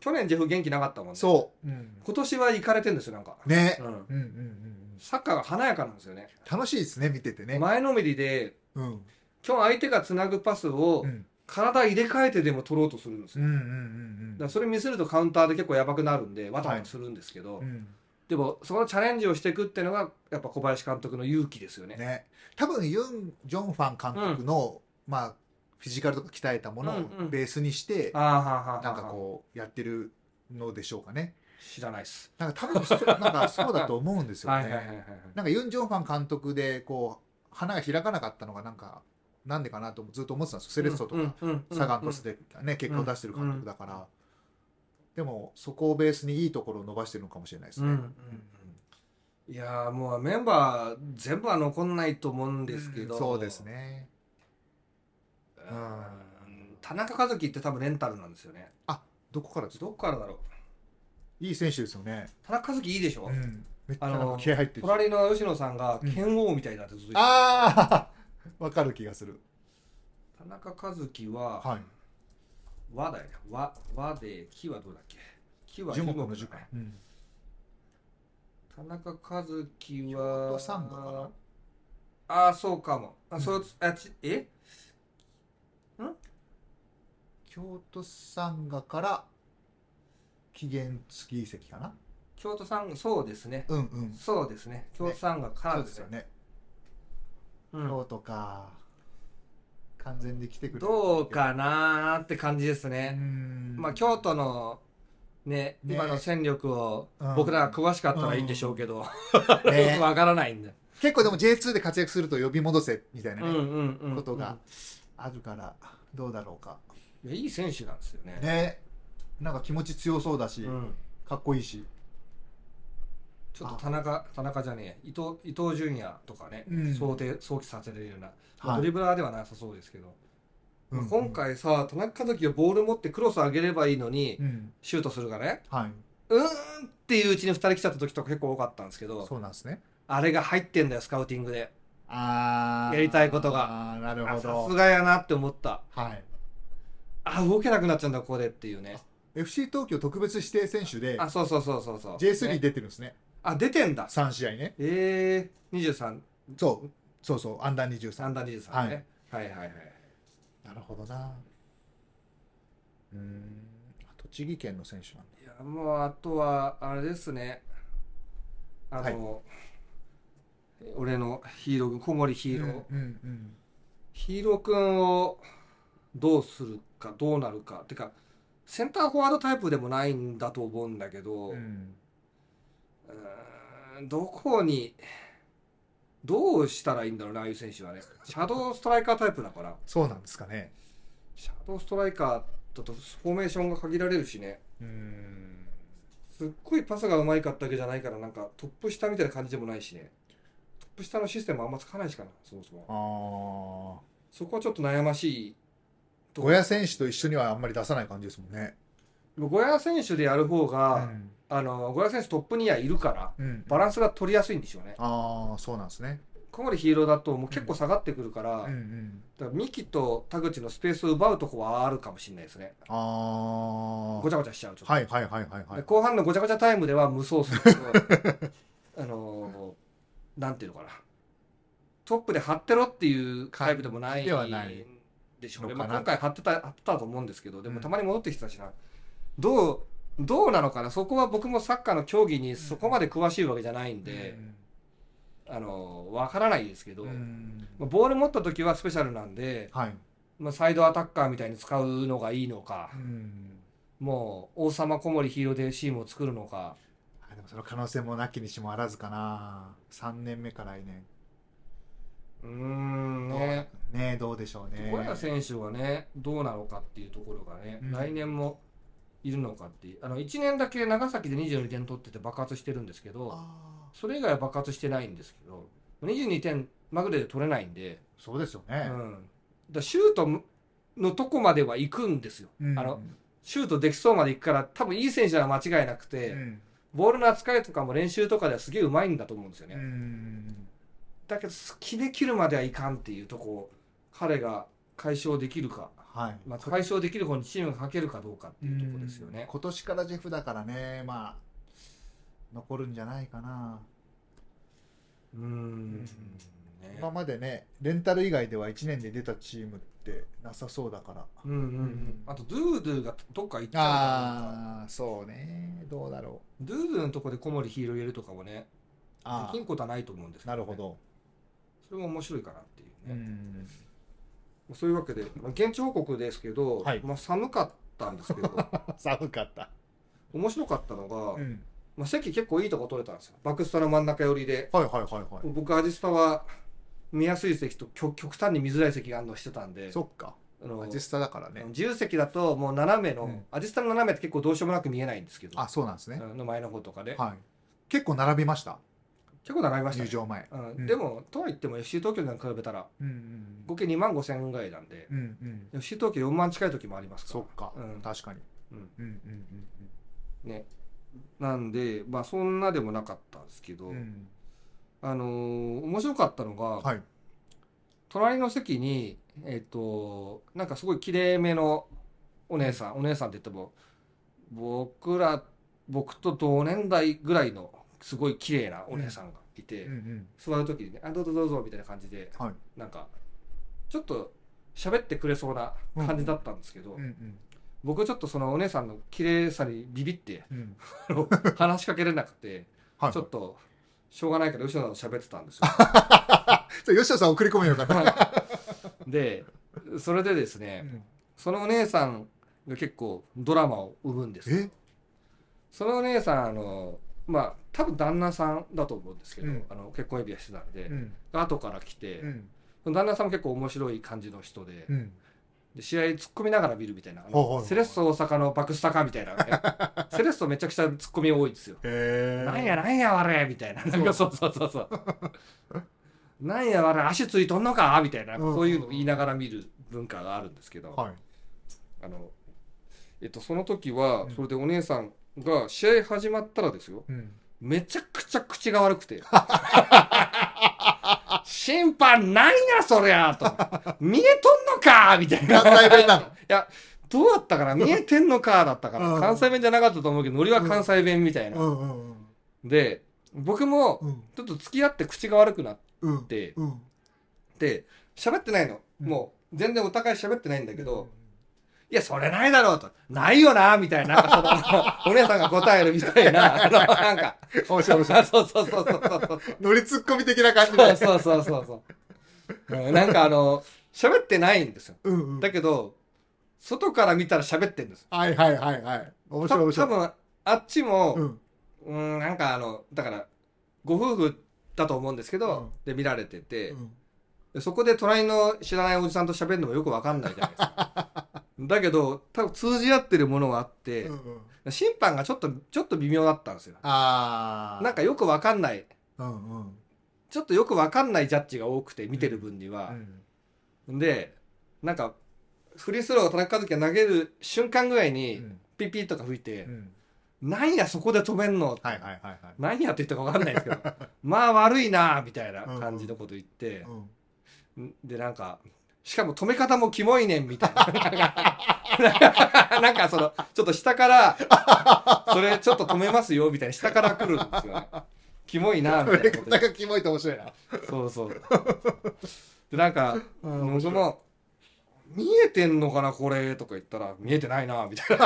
[SPEAKER 2] 去年ジェフ元気なかったもんね
[SPEAKER 1] そう。うん
[SPEAKER 2] 今年は行かれてんですよなんか、
[SPEAKER 1] ね
[SPEAKER 2] う。ん、
[SPEAKER 1] うんうんうんうん。
[SPEAKER 2] サッカーが華やかなんですよね
[SPEAKER 1] 楽しいですね、見ててね。
[SPEAKER 2] 前のめりで
[SPEAKER 1] うん。
[SPEAKER 2] 今日相手がつなぐパスを
[SPEAKER 1] うん。
[SPEAKER 2] 体入れ替えてでも取ろうとするんです
[SPEAKER 1] う
[SPEAKER 2] よ
[SPEAKER 1] んうん
[SPEAKER 2] だからそれ見せるとカウンターで結構やばくなるんでわたわたするんですけど、
[SPEAKER 1] うんうん
[SPEAKER 2] でもそのチャレンジをしていくっていうのがやっぱ小林監督の勇気ですよね。
[SPEAKER 1] ね多分ユン・ジョンファン監督の、まあフィジカルとか鍛えたもの
[SPEAKER 2] うんう
[SPEAKER 1] を
[SPEAKER 2] ん
[SPEAKER 1] ベースにして、
[SPEAKER 2] あーはあはあはあ
[SPEAKER 1] なんかこうやってるのでしょうかね
[SPEAKER 2] 知らないっす。
[SPEAKER 1] なんか多 分そなんかそうだと思うんですよ
[SPEAKER 2] はい
[SPEAKER 1] ね、
[SPEAKER 2] はいはいはいはい。
[SPEAKER 1] なんかユン・ジョンファン監督でこう花が開かなかったのがなんかなんでかなとずっと思ってたんですよセレッソとか、
[SPEAKER 2] か
[SPEAKER 1] サガン鳥栖で、ね、結果を出してる監督だから、でもそこをベースにいいところを伸ばしてるのかもしれないです
[SPEAKER 2] う
[SPEAKER 1] ね。
[SPEAKER 2] んうんうんいやーもうメンバー全部は残んないと思うんですけど、
[SPEAKER 1] そうですね。
[SPEAKER 2] うん。田中和樹って多分レンタルなんですよね。
[SPEAKER 1] どこからですか
[SPEAKER 2] どっからだろう。
[SPEAKER 1] いい選手ですよね。
[SPEAKER 2] 田中和樹いいでしょ
[SPEAKER 1] う。ん、めっちゃ
[SPEAKER 2] あ
[SPEAKER 1] なん
[SPEAKER 2] の
[SPEAKER 1] か気合入ってる。
[SPEAKER 2] 隣の吉野さんが
[SPEAKER 1] うん
[SPEAKER 2] 剣王みたいだってずっと言って
[SPEAKER 1] ああ わかる気がする。
[SPEAKER 2] た田中和樹は、
[SPEAKER 1] はい
[SPEAKER 2] 和だよね。和和で木はどうだっけ。木は
[SPEAKER 1] 樹木
[SPEAKER 2] 木
[SPEAKER 1] の樹か
[SPEAKER 2] だね。
[SPEAKER 1] うん
[SPEAKER 2] 田中和樹
[SPEAKER 1] 京
[SPEAKER 2] は
[SPEAKER 1] 都サンガかな
[SPEAKER 2] ああそうかもあ、そううあちえ
[SPEAKER 1] 京都サンガから期限付き移籍かな。
[SPEAKER 2] 京都サンガそうですね
[SPEAKER 1] うんうん。
[SPEAKER 2] そうですね京都サンガから
[SPEAKER 1] そう
[SPEAKER 2] で
[SPEAKER 1] ですす
[SPEAKER 2] ね
[SPEAKER 1] よね。
[SPEAKER 2] うん
[SPEAKER 1] 京都か。完全に来てくれる
[SPEAKER 2] どう。かなーって感じです
[SPEAKER 1] う
[SPEAKER 2] ね、
[SPEAKER 1] ん。
[SPEAKER 2] まあ京都のね
[SPEAKER 1] ね
[SPEAKER 2] 今の戦力を
[SPEAKER 1] うん
[SPEAKER 2] 僕らが詳しかったらいいんでしょうけど、よ
[SPEAKER 1] ね
[SPEAKER 2] くわからないんで、
[SPEAKER 1] 結構でも J2 で活躍すると呼び戻せみたいな
[SPEAKER 2] うん
[SPEAKER 1] ね、
[SPEAKER 2] うんうん、うん、
[SPEAKER 1] ことがあるからどうだろうか
[SPEAKER 2] いやいい選手なんですよね
[SPEAKER 1] ねなんか気持ち強そうだし、
[SPEAKER 2] うん、
[SPEAKER 1] かっこいいし、
[SPEAKER 2] ちょっと田中田中じゃねえ伊藤伊藤純也とかね、
[SPEAKER 1] うん
[SPEAKER 2] 想定想起させれるような、まあ
[SPEAKER 1] はい
[SPEAKER 2] ドリブラーではなさそうですけど、
[SPEAKER 1] うんうん
[SPEAKER 2] 今、回さ田中和樹がボール持ってクロス上げればいいのに、
[SPEAKER 1] うん
[SPEAKER 2] シュートするがね
[SPEAKER 1] はい、
[SPEAKER 2] うーんっていううちに2人来ちゃった時とか結構多かったんですけど
[SPEAKER 1] そうなんですね
[SPEAKER 2] あれが入ってんだよスカウティングで
[SPEAKER 1] あー
[SPEAKER 2] やりたいこと
[SPEAKER 1] あーなる
[SPEAKER 2] あ
[SPEAKER 1] ほ
[SPEAKER 2] さす
[SPEAKER 1] ど、
[SPEAKER 2] がやなって思った
[SPEAKER 1] はい、
[SPEAKER 2] あ動けなくなっちゃうんだここでっていうね
[SPEAKER 1] FC 東京特別指定選手で
[SPEAKER 2] あそうそうそうそうそう
[SPEAKER 1] J3
[SPEAKER 2] ね
[SPEAKER 1] 出てるんですね
[SPEAKER 2] あ出てんだ
[SPEAKER 1] 3試合ね
[SPEAKER 2] ええー、23
[SPEAKER 1] そうそうそうアンダー23
[SPEAKER 2] 三段23ね、はい、はいはいはい
[SPEAKER 1] なるほどなうーん栃木県の選手なんだ
[SPEAKER 2] いやもうあとはあれですねあの、俺のヒーロー君小森ヒーロー、
[SPEAKER 1] うんうんうん
[SPEAKER 2] ヒーロー君をどうするかどうなるかてかセンターフォワードタイプでもないんだと思うんだけど、う
[SPEAKER 1] うん
[SPEAKER 2] ーんどこにどうしたらいいんだろうなああいう選手 はねシャドーストライカータイプだから
[SPEAKER 1] そうなんですかね
[SPEAKER 2] シャドーストライカーだとフォーメーションが限られるしね
[SPEAKER 1] うーん
[SPEAKER 2] すっごいパスがうまいかったわけじゃないからなんかトップ下みたいな感じでもないしねトップ下のシステムあんまつかないしかなそもそも
[SPEAKER 1] ああ
[SPEAKER 2] そこはちょっと悩ましいと
[SPEAKER 1] 小屋選手と一緒にはあんまり出さない感じですもんね。
[SPEAKER 2] ゴヤ選手でやる方
[SPEAKER 1] う
[SPEAKER 2] が、
[SPEAKER 1] ん
[SPEAKER 2] あのゴヤ選手トップにはいるから
[SPEAKER 1] うん、
[SPEAKER 2] バランスが取りやすいんでしょうね
[SPEAKER 1] ああそうなんですね。
[SPEAKER 2] 小森ヒーローだともう結構下がってくるから,、
[SPEAKER 1] うんうん、
[SPEAKER 2] だからミキと田口のスペースを奪うとこはあるかもしれないですね
[SPEAKER 1] あ
[SPEAKER 2] ごちゃごちゃしちゃうちょっと、
[SPEAKER 1] あはいはいはいはいは
[SPEAKER 2] で
[SPEAKER 1] い。
[SPEAKER 2] 後半のごちゃごちゃタイムでは無双する あのーなんていうのかなトップで張ってろっていうタイプでもない
[SPEAKER 1] ではない
[SPEAKER 2] でしょうね、
[SPEAKER 1] のか
[SPEAKER 2] ま
[SPEAKER 1] な
[SPEAKER 2] あ、今回張ってた張ってたと思うんですけどで
[SPEAKER 1] う
[SPEAKER 2] も
[SPEAKER 1] ん
[SPEAKER 2] たまに戻ってきてたしな、どうどうなのかなそこは僕もサッカーの競技にそこまで詳しいわけじゃないんで、あのーわからないですけど、
[SPEAKER 1] うんうん
[SPEAKER 2] まあボール持った時はスペシャルなんで、
[SPEAKER 1] はい。
[SPEAKER 2] まあ、サイドアタッカーみたいに使うのがいいのか
[SPEAKER 1] うん
[SPEAKER 2] もう王様小森ヒーローでチームを作るのか。
[SPEAKER 1] あでもその可能性もなきにしもあらずかな。三年目か来年。
[SPEAKER 2] うーんね
[SPEAKER 1] ねどうでしょうね。
[SPEAKER 2] 小屋選手はねどうなのかっていうところがね、
[SPEAKER 1] うん
[SPEAKER 2] 来年もいるのかっていうあの1年だけ長崎で22点取ってて爆発してるんですけど
[SPEAKER 1] あー
[SPEAKER 2] それ以外は爆発してないんですけど22点まぐれで取れないんで、
[SPEAKER 1] そうですよ
[SPEAKER 2] うん、だ
[SPEAKER 1] ね
[SPEAKER 2] か。らシュートのとこまでは行くんですよ
[SPEAKER 1] うん
[SPEAKER 2] あのシュートできそうまで行くから多分いい選手は間違いなくて、
[SPEAKER 1] うん
[SPEAKER 2] ボールの扱いとかも練習とかではすげえうまいんだと思うんですよね、
[SPEAKER 1] うん
[SPEAKER 2] だけど決めきるまではいかんっていうとこを彼が解消できるか
[SPEAKER 1] はい。
[SPEAKER 2] まあ、解消できる方にチームがかけるかどうかっていうところですよ
[SPEAKER 1] うん
[SPEAKER 2] ね。
[SPEAKER 1] 今年からジェフだからねまあ残るんじゃないかな。
[SPEAKER 2] うん。ね
[SPEAKER 1] 今までねレンタル以外では1年で出たチームってなさそうだから
[SPEAKER 2] うんうんうんあとドゥードゥがどっか行っちゃうから
[SPEAKER 1] ああそうねどうだろう
[SPEAKER 2] ドゥードゥのとこで小森ヒーロー入れるとかもねで
[SPEAKER 1] あ
[SPEAKER 2] きんことはないと思うんです
[SPEAKER 1] あ
[SPEAKER 2] け
[SPEAKER 1] な
[SPEAKER 2] ど、ね、
[SPEAKER 1] るほど
[SPEAKER 2] それも面白いかなっていう
[SPEAKER 1] う
[SPEAKER 2] ね、
[SPEAKER 1] ん
[SPEAKER 2] そういうわけでまあ現地報告ですけど、
[SPEAKER 1] はい
[SPEAKER 2] まあ、寒かったんですけど
[SPEAKER 1] 寒かった
[SPEAKER 2] 面白かったのが、
[SPEAKER 1] うん
[SPEAKER 2] まあ、席結構いいとこ取れたんですよバクスタの真ん中寄りで
[SPEAKER 1] はいはいはいは
[SPEAKER 2] 僕アジスタは見やすい席と極極端に見づらい席があるのをしてたんで
[SPEAKER 1] いそっか
[SPEAKER 2] あの
[SPEAKER 1] 実際だからね
[SPEAKER 2] 自由席だともう斜めの、
[SPEAKER 1] うん
[SPEAKER 2] アジスタの斜めって結構どうしようもなく見えないんですけど
[SPEAKER 1] あそうなんですね
[SPEAKER 2] うんの前の方とかで、
[SPEAKER 1] はい結構並びました
[SPEAKER 2] 結構並びました、
[SPEAKER 1] 入
[SPEAKER 2] ね
[SPEAKER 1] 場前
[SPEAKER 2] うん
[SPEAKER 1] うん
[SPEAKER 2] でもとはいっても FC 東京なんか比べたら
[SPEAKER 1] うん
[SPEAKER 2] 合計2万5千円ぐらいなんで
[SPEAKER 1] うんうんうん、
[SPEAKER 2] FC 東京4万近い時もありますか
[SPEAKER 1] そ
[SPEAKER 2] ら
[SPEAKER 1] っか、
[SPEAKER 2] うん
[SPEAKER 1] 確かに、
[SPEAKER 2] うん
[SPEAKER 1] うんうん
[SPEAKER 2] ねなんでまあそんなでもなかったんですけど、
[SPEAKER 1] うんうんうん
[SPEAKER 2] あのー面白かったのが、
[SPEAKER 1] はい
[SPEAKER 2] 隣の席にえっ、となんかすごい綺麗めのお姉さんお姉さんって言っても僕ら僕と同年代ぐらいのすごい綺麗なお姉さんがいて、
[SPEAKER 1] うんうん
[SPEAKER 2] 座る時にね「あどうぞどうぞ」みたいな感じで
[SPEAKER 1] はい
[SPEAKER 2] なんかちょっと喋ってくれそうな感じだったんですけど、
[SPEAKER 1] うんうん
[SPEAKER 2] 僕ちょっとそのお姉さんの綺麗さにビ ビって
[SPEAKER 1] うん
[SPEAKER 2] あの話しかけれなくて
[SPEAKER 1] はい
[SPEAKER 2] ちょっとしょうがないから吉野さんと喋ってたんですよ。
[SPEAKER 1] じゃあ吉田さん送り込めよかった、
[SPEAKER 2] でそれでですね、
[SPEAKER 1] うん
[SPEAKER 2] そのお姉さんが結構ドラマを生むんですよ
[SPEAKER 1] え
[SPEAKER 2] そのお姉さんあのまあ多分旦那さんだと思うんですけど、
[SPEAKER 1] うん
[SPEAKER 2] あの結婚指輪してたんで、
[SPEAKER 1] うん
[SPEAKER 2] 後から来て、
[SPEAKER 1] うん
[SPEAKER 2] その旦那さんも結構面白い感じの人で,、
[SPEAKER 1] うん
[SPEAKER 2] で試合突っ込みながら見るみたいな、あの
[SPEAKER 1] ほうほうほう
[SPEAKER 2] セレッソ大阪のバクスタかみた いな、ね、セレッソめちゃくちゃ突っ込み多いですよ、
[SPEAKER 1] えー、
[SPEAKER 2] なんやなんやあれみたいななんかそうそうそうそうなんやあれ足ついとんのかみたいな、
[SPEAKER 1] うん
[SPEAKER 2] そういうのを言いながら見る文化があるんですけど、
[SPEAKER 1] はい
[SPEAKER 2] あの、えっと、その時は
[SPEAKER 1] うん、
[SPEAKER 2] それでお姉さんが試合始まったらですよ、
[SPEAKER 1] うん
[SPEAKER 2] めちゃくちゃ口が悪 くて。審判なんやそりゃと。見えとんのかみたいな。
[SPEAKER 1] 関西弁なの
[SPEAKER 2] いや、どうだったかな見えてんのかだったか
[SPEAKER 1] う
[SPEAKER 2] ら。
[SPEAKER 1] ん
[SPEAKER 2] 関西弁じゃなかったと思うけど、ノリは関西弁みたいな。
[SPEAKER 1] うんうんうん
[SPEAKER 2] で、僕も、
[SPEAKER 1] うん
[SPEAKER 2] ちょっと付き合って口が悪くなっ
[SPEAKER 1] うん
[SPEAKER 2] て、
[SPEAKER 1] うん
[SPEAKER 2] で、喋ってないの。
[SPEAKER 1] うん
[SPEAKER 2] もう、全然お互い喋ってないんだけど、いや、それないだろうと。ないよな、みたいな。なんか そのお姉さんが答えるみたいな。あのなんか。
[SPEAKER 1] 面白い面白い
[SPEAKER 2] あそうそうそうそうそうそう。
[SPEAKER 1] 乗りツッコミ的な感じ
[SPEAKER 2] そう
[SPEAKER 1] で
[SPEAKER 2] そうそうそうそううん。なんかあの、喋ってないんですよ。
[SPEAKER 1] うんうん
[SPEAKER 2] だけど、外から見たら喋ってるんです。
[SPEAKER 1] はいはいはいはい面
[SPEAKER 2] た
[SPEAKER 1] 白い面白
[SPEAKER 2] 多
[SPEAKER 1] い
[SPEAKER 2] 分あっちも、
[SPEAKER 1] う
[SPEAKER 2] うんーん、なんかあの、だから、ご夫婦だと思うんですけど、
[SPEAKER 1] うん
[SPEAKER 2] で見られてて、
[SPEAKER 1] うん
[SPEAKER 2] でそこで隣の知らないおじさんと喋るのもよくわかんないじゃないですか。 だけど、多分通じ合ってるものはあって、
[SPEAKER 1] うんうん
[SPEAKER 2] 審判がちょっと、ちょっと微妙だったんですよ。
[SPEAKER 1] ああ
[SPEAKER 2] なんかよくわかんない、
[SPEAKER 1] うんうん
[SPEAKER 2] ちょっとよくわかんないジャッジが多くて、見てる分には。で、なんか、フリースローを田中和樹が投げる瞬間ぐらいに、ピッピッとか吹いて、
[SPEAKER 1] ん
[SPEAKER 2] なんやそこで止めんのって、
[SPEAKER 1] はいはいはいはい
[SPEAKER 2] なんやって言ったかわかんないです けど、まあ悪いなみたいな感じのこと言って、
[SPEAKER 1] うん
[SPEAKER 2] で、なんか、しかも止め方もキモいねんみたいな。 なんか、なんかその、ちょっと下から、それちょっと止めますよみたいな、下から来るんですよね。キモいなみ
[SPEAKER 1] こ
[SPEAKER 2] たい
[SPEAKER 1] れ
[SPEAKER 2] なこと
[SPEAKER 1] な
[SPEAKER 2] 言
[SPEAKER 1] んか
[SPEAKER 2] って。
[SPEAKER 1] キモいと面白いな
[SPEAKER 2] そうそう。で、なんか、
[SPEAKER 1] うん面
[SPEAKER 2] 僕
[SPEAKER 1] 白い
[SPEAKER 2] も、見えてんのかな、これ、とか言ったら、見えてないな、みたい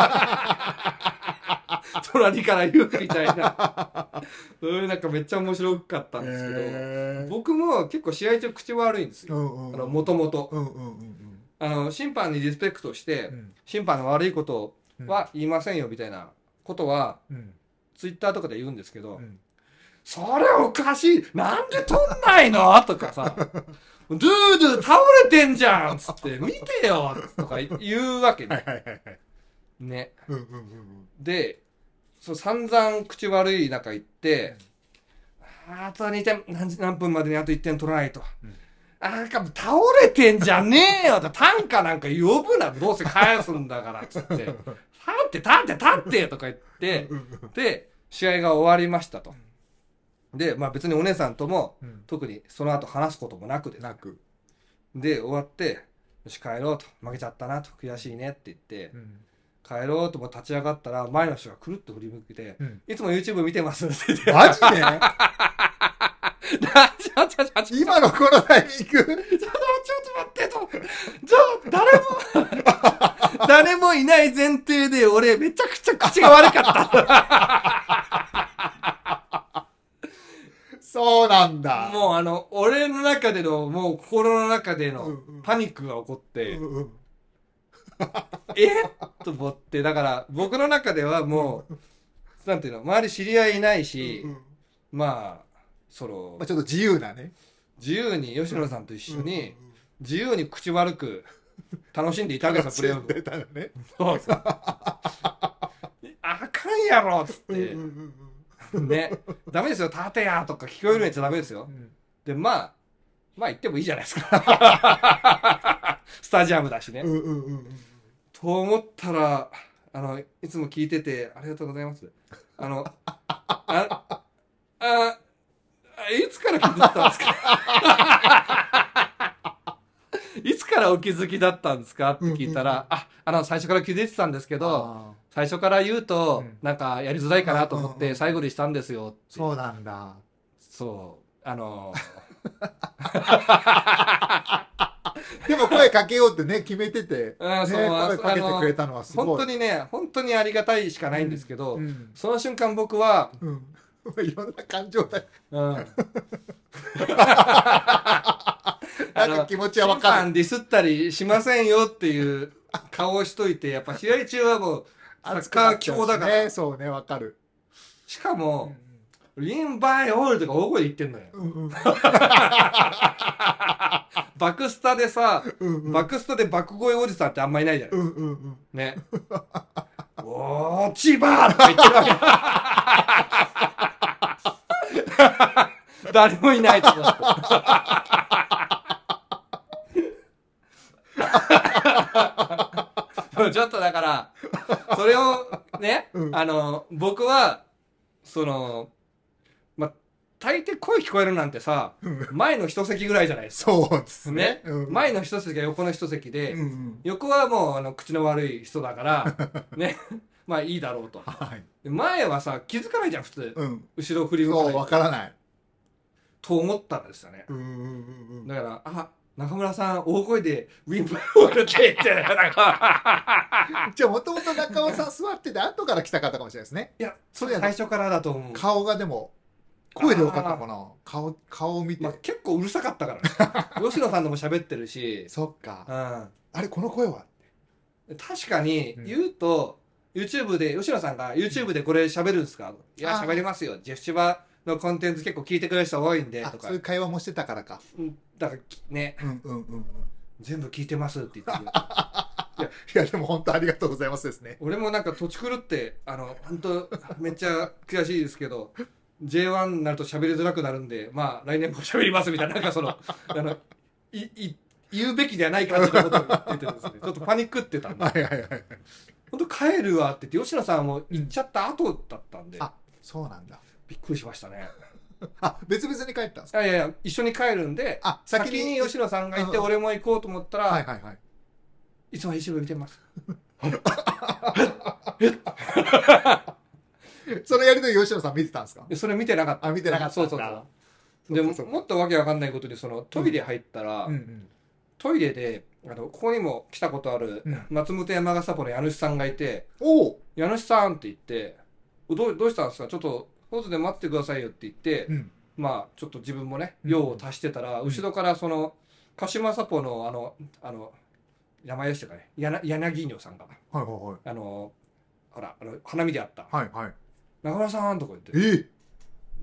[SPEAKER 2] な。 隣から言う、みたいな。そういうなんかめっちゃ面白かったんですけど、
[SPEAKER 1] へー
[SPEAKER 2] 僕も結構試合中口悪いんですよ。
[SPEAKER 1] うんうん
[SPEAKER 2] あの、もともと。
[SPEAKER 1] うんうんうん
[SPEAKER 2] あの、審判にリスペクトして
[SPEAKER 1] う、ん
[SPEAKER 2] 審判の悪いこと
[SPEAKER 1] うん
[SPEAKER 2] は言いませんよ、みたいなことは、
[SPEAKER 1] うん
[SPEAKER 2] ツイッターとかで言うんですけど、
[SPEAKER 1] うん
[SPEAKER 2] それおかしいなんで撮んないの とかさ、ドゥードゥ倒れてんじゃんつって、見てよとか言うわけ
[SPEAKER 1] は
[SPEAKER 2] ね
[SPEAKER 1] い。はいはいはい
[SPEAKER 2] ね。
[SPEAKER 1] うんうんうん
[SPEAKER 2] で、そう散々口悪い中行って、あと2点何時、何分までにあと1点取らないと。
[SPEAKER 1] うん
[SPEAKER 2] あなんか倒れてんじゃねえよと短歌なんか呼ぶなどうせ返すんだからつ って「立って立って立って」とか言って
[SPEAKER 1] うんうん
[SPEAKER 2] で、試合が終わりましたと。で、まあ別にお姉さんとも、
[SPEAKER 1] うん
[SPEAKER 2] 特にその後話すこともなくで、
[SPEAKER 1] なく
[SPEAKER 2] で、終わって、よし帰ろうと、負けちゃったなと、悔しいねって言って
[SPEAKER 1] う、ん
[SPEAKER 2] 帰ろうともう立ち上がったら、前 の人がくるっと振り向いて、
[SPEAKER 1] うん
[SPEAKER 2] いつも YouTube 見てますって言って、
[SPEAKER 1] マジで
[SPEAKER 2] ちょちょちょちょ
[SPEAKER 1] 今のこのタイミング、
[SPEAKER 2] ちょっと待ってと。ちょ、誰も、誰もいない前提で、俺、めちゃくちゃ口が悪か っ
[SPEAKER 1] そうなん
[SPEAKER 2] た。
[SPEAKER 1] だ。
[SPEAKER 2] もう、あの、俺の中での、もう心の中で
[SPEAKER 1] う
[SPEAKER 2] の
[SPEAKER 1] んうん
[SPEAKER 2] パニックが起こって、
[SPEAKER 1] うんうん
[SPEAKER 2] えと思って、だから、僕の中ではもう、なんていうの、周り知り合いいないし
[SPEAKER 1] う、ん
[SPEAKER 2] まあ、その
[SPEAKER 1] まあ、、ちょっと自由なね。
[SPEAKER 2] 自由に吉野さんと一緒に
[SPEAKER 1] うん、うんうん、
[SPEAKER 2] 自由に口悪く、楽しんでいたわけですよ、プレ
[SPEAKER 1] 出たのね。
[SPEAKER 2] ーオフ。そうそうあかんやろっつっ
[SPEAKER 1] うんうん
[SPEAKER 2] て
[SPEAKER 1] う。ん
[SPEAKER 2] ね、ダメですよ、立てやとか聞こえるやつダメですよ
[SPEAKER 1] う。ん
[SPEAKER 2] で、まあ、まあ言ってもいいじゃないです か。スタジアムだしね
[SPEAKER 1] う。んうんうんうん。
[SPEAKER 2] と思ったら、あの、いつも聞いてて、ありがとうございます。あの、あ、あ、あいつから気づいたんですか いつからお気づきだったんですかって聞いたら、
[SPEAKER 1] うんうんうん
[SPEAKER 2] あ、あの、最初から気づいてたんですけど、
[SPEAKER 1] あー
[SPEAKER 2] 最初から言うと、
[SPEAKER 1] うん
[SPEAKER 2] なんかやりづらいかなと思っ
[SPEAKER 1] うんうんう
[SPEAKER 2] て
[SPEAKER 1] ん
[SPEAKER 2] 最後にしたんですよって
[SPEAKER 1] そうなんだ。
[SPEAKER 2] そう。あの
[SPEAKER 1] でも声かけようってね、決めてて、ね、
[SPEAKER 2] ーうん、そう、
[SPEAKER 1] 声かけてくれ
[SPEAKER 2] あ
[SPEAKER 1] たのはす
[SPEAKER 2] の
[SPEAKER 1] ごい。
[SPEAKER 2] 本当にね、本当にありがたいしかないんですけど、
[SPEAKER 1] うん。
[SPEAKER 2] その瞬間僕は、
[SPEAKER 1] うん。いろんな感情だ。
[SPEAKER 2] うん。なん
[SPEAKER 1] なんか気持ちはわかる。
[SPEAKER 2] る。ディスったりしませんよっていう 顔をしといて、やっぱ試合中はもう、サッカー強だから
[SPEAKER 1] ね、そうね、わかる。
[SPEAKER 2] しかも、リンバイオールとか大声で言ってんのよ。
[SPEAKER 1] うんうん。
[SPEAKER 2] バクスタでさ、
[SPEAKER 1] うんうん。
[SPEAKER 2] バクスタで爆声おじさんってあんまいないじゃん。
[SPEAKER 1] うんうんうん。
[SPEAKER 2] ね。おー、千葉とか言ってるわけ。誰もいないと思って。でもちょっとだから、それをね、
[SPEAKER 1] うん
[SPEAKER 2] あの、僕は、その、ま、大抵声聞こえるなんてさ、前の一席ぐらいじゃないです
[SPEAKER 1] そうです
[SPEAKER 2] か。
[SPEAKER 1] ね。。
[SPEAKER 2] ね
[SPEAKER 1] うん
[SPEAKER 2] 前の一席は横の一席で、
[SPEAKER 1] うんうん。
[SPEAKER 2] 横はもうあの口の悪い人だから ね まあいいだろうと
[SPEAKER 1] はい。
[SPEAKER 2] で前はさ気づかないじゃん普通
[SPEAKER 1] うん。
[SPEAKER 2] 後ろ振り向
[SPEAKER 1] そ
[SPEAKER 2] か
[SPEAKER 1] う、
[SPEAKER 2] ない
[SPEAKER 1] わからない。
[SPEAKER 2] と思ったらですよね
[SPEAKER 1] うんうんうんうん。
[SPEAKER 2] だからあ中村さん大声でウィンパーオールって言ってな んか
[SPEAKER 1] じゃあ、もともと中尾さん座ってて、後から来た方かもしれないですね。
[SPEAKER 2] いやそれ最初からだと思う、
[SPEAKER 1] 顔がでも、声でわかったのかな顔、顔を見て
[SPEAKER 2] まあ、。結構うるさかったか らね吉野さんのも喋ってるし、
[SPEAKER 1] そっか
[SPEAKER 2] う。ん、
[SPEAKER 1] あれ、この声は
[SPEAKER 2] 確かに
[SPEAKER 1] うん
[SPEAKER 2] 言うと、YouTube で吉野さんが YouTube でこれ喋るんですか、いや
[SPEAKER 1] あー
[SPEAKER 2] 喋りますよジェフシバのコンテンツ結構聞いてくれる人多いんで
[SPEAKER 1] あ
[SPEAKER 2] と、か
[SPEAKER 1] そういう会話もしてたからか。
[SPEAKER 2] うんだからきね
[SPEAKER 1] うんうんうんうん。
[SPEAKER 2] 全部聞いてますって言 ってる
[SPEAKER 1] いや、でも本当ありがとうございますですね。
[SPEAKER 2] 俺もなんか土地狂ってあの本当めっちゃ悔しいですけど J1 になると喋りづらくなるんでまあ来年も喋りますみたいななんかそのあのいい言うべきではない感じのことを言っててです ねちょっとパニックってたんで
[SPEAKER 1] はいはいはい。
[SPEAKER 2] 本当帰るわって言って吉野さんも行っちゃった後だったんで、
[SPEAKER 1] あそうなんだ。
[SPEAKER 2] びっくりしましたね
[SPEAKER 1] あ、別々に帰ったんです
[SPEAKER 2] い
[SPEAKER 1] か
[SPEAKER 2] やいやいや一緒に帰るんで
[SPEAKER 1] あ、
[SPEAKER 2] 先に吉野さんがいて
[SPEAKER 1] うん
[SPEAKER 2] 俺も行こうと思ったら、
[SPEAKER 1] はいはいはい。
[SPEAKER 2] いつも YouTube 見てます
[SPEAKER 1] そのやりとり吉野さん見てたんですか
[SPEAKER 2] でそれ見てなかった
[SPEAKER 1] あ、見てなかった。
[SPEAKER 2] そうそうそうで
[SPEAKER 1] そう
[SPEAKER 2] も
[SPEAKER 1] かそうか
[SPEAKER 2] もっとわけわかんないことにそのトイレ入ったら、
[SPEAKER 1] うんうん。
[SPEAKER 2] トイレであのここにも来たことある
[SPEAKER 1] うん
[SPEAKER 2] 松本山笠ポの家主さんがいて
[SPEAKER 1] おう
[SPEAKER 2] 「家主さん」って言って「どうどうしたんですかちょっと外で待ってくださいよ」って言って、
[SPEAKER 1] うん。
[SPEAKER 2] まあちょっと自分もね
[SPEAKER 1] うん
[SPEAKER 2] 用を足してたら、
[SPEAKER 1] うん
[SPEAKER 2] 後ろからその鹿島サポのあのあの名前でしたかねやな柳女さんが
[SPEAKER 1] はいは
[SPEAKER 2] あのほらあの花見であった
[SPEAKER 1] いはい。はいはい。
[SPEAKER 2] 「中村さん」とか言って
[SPEAKER 1] え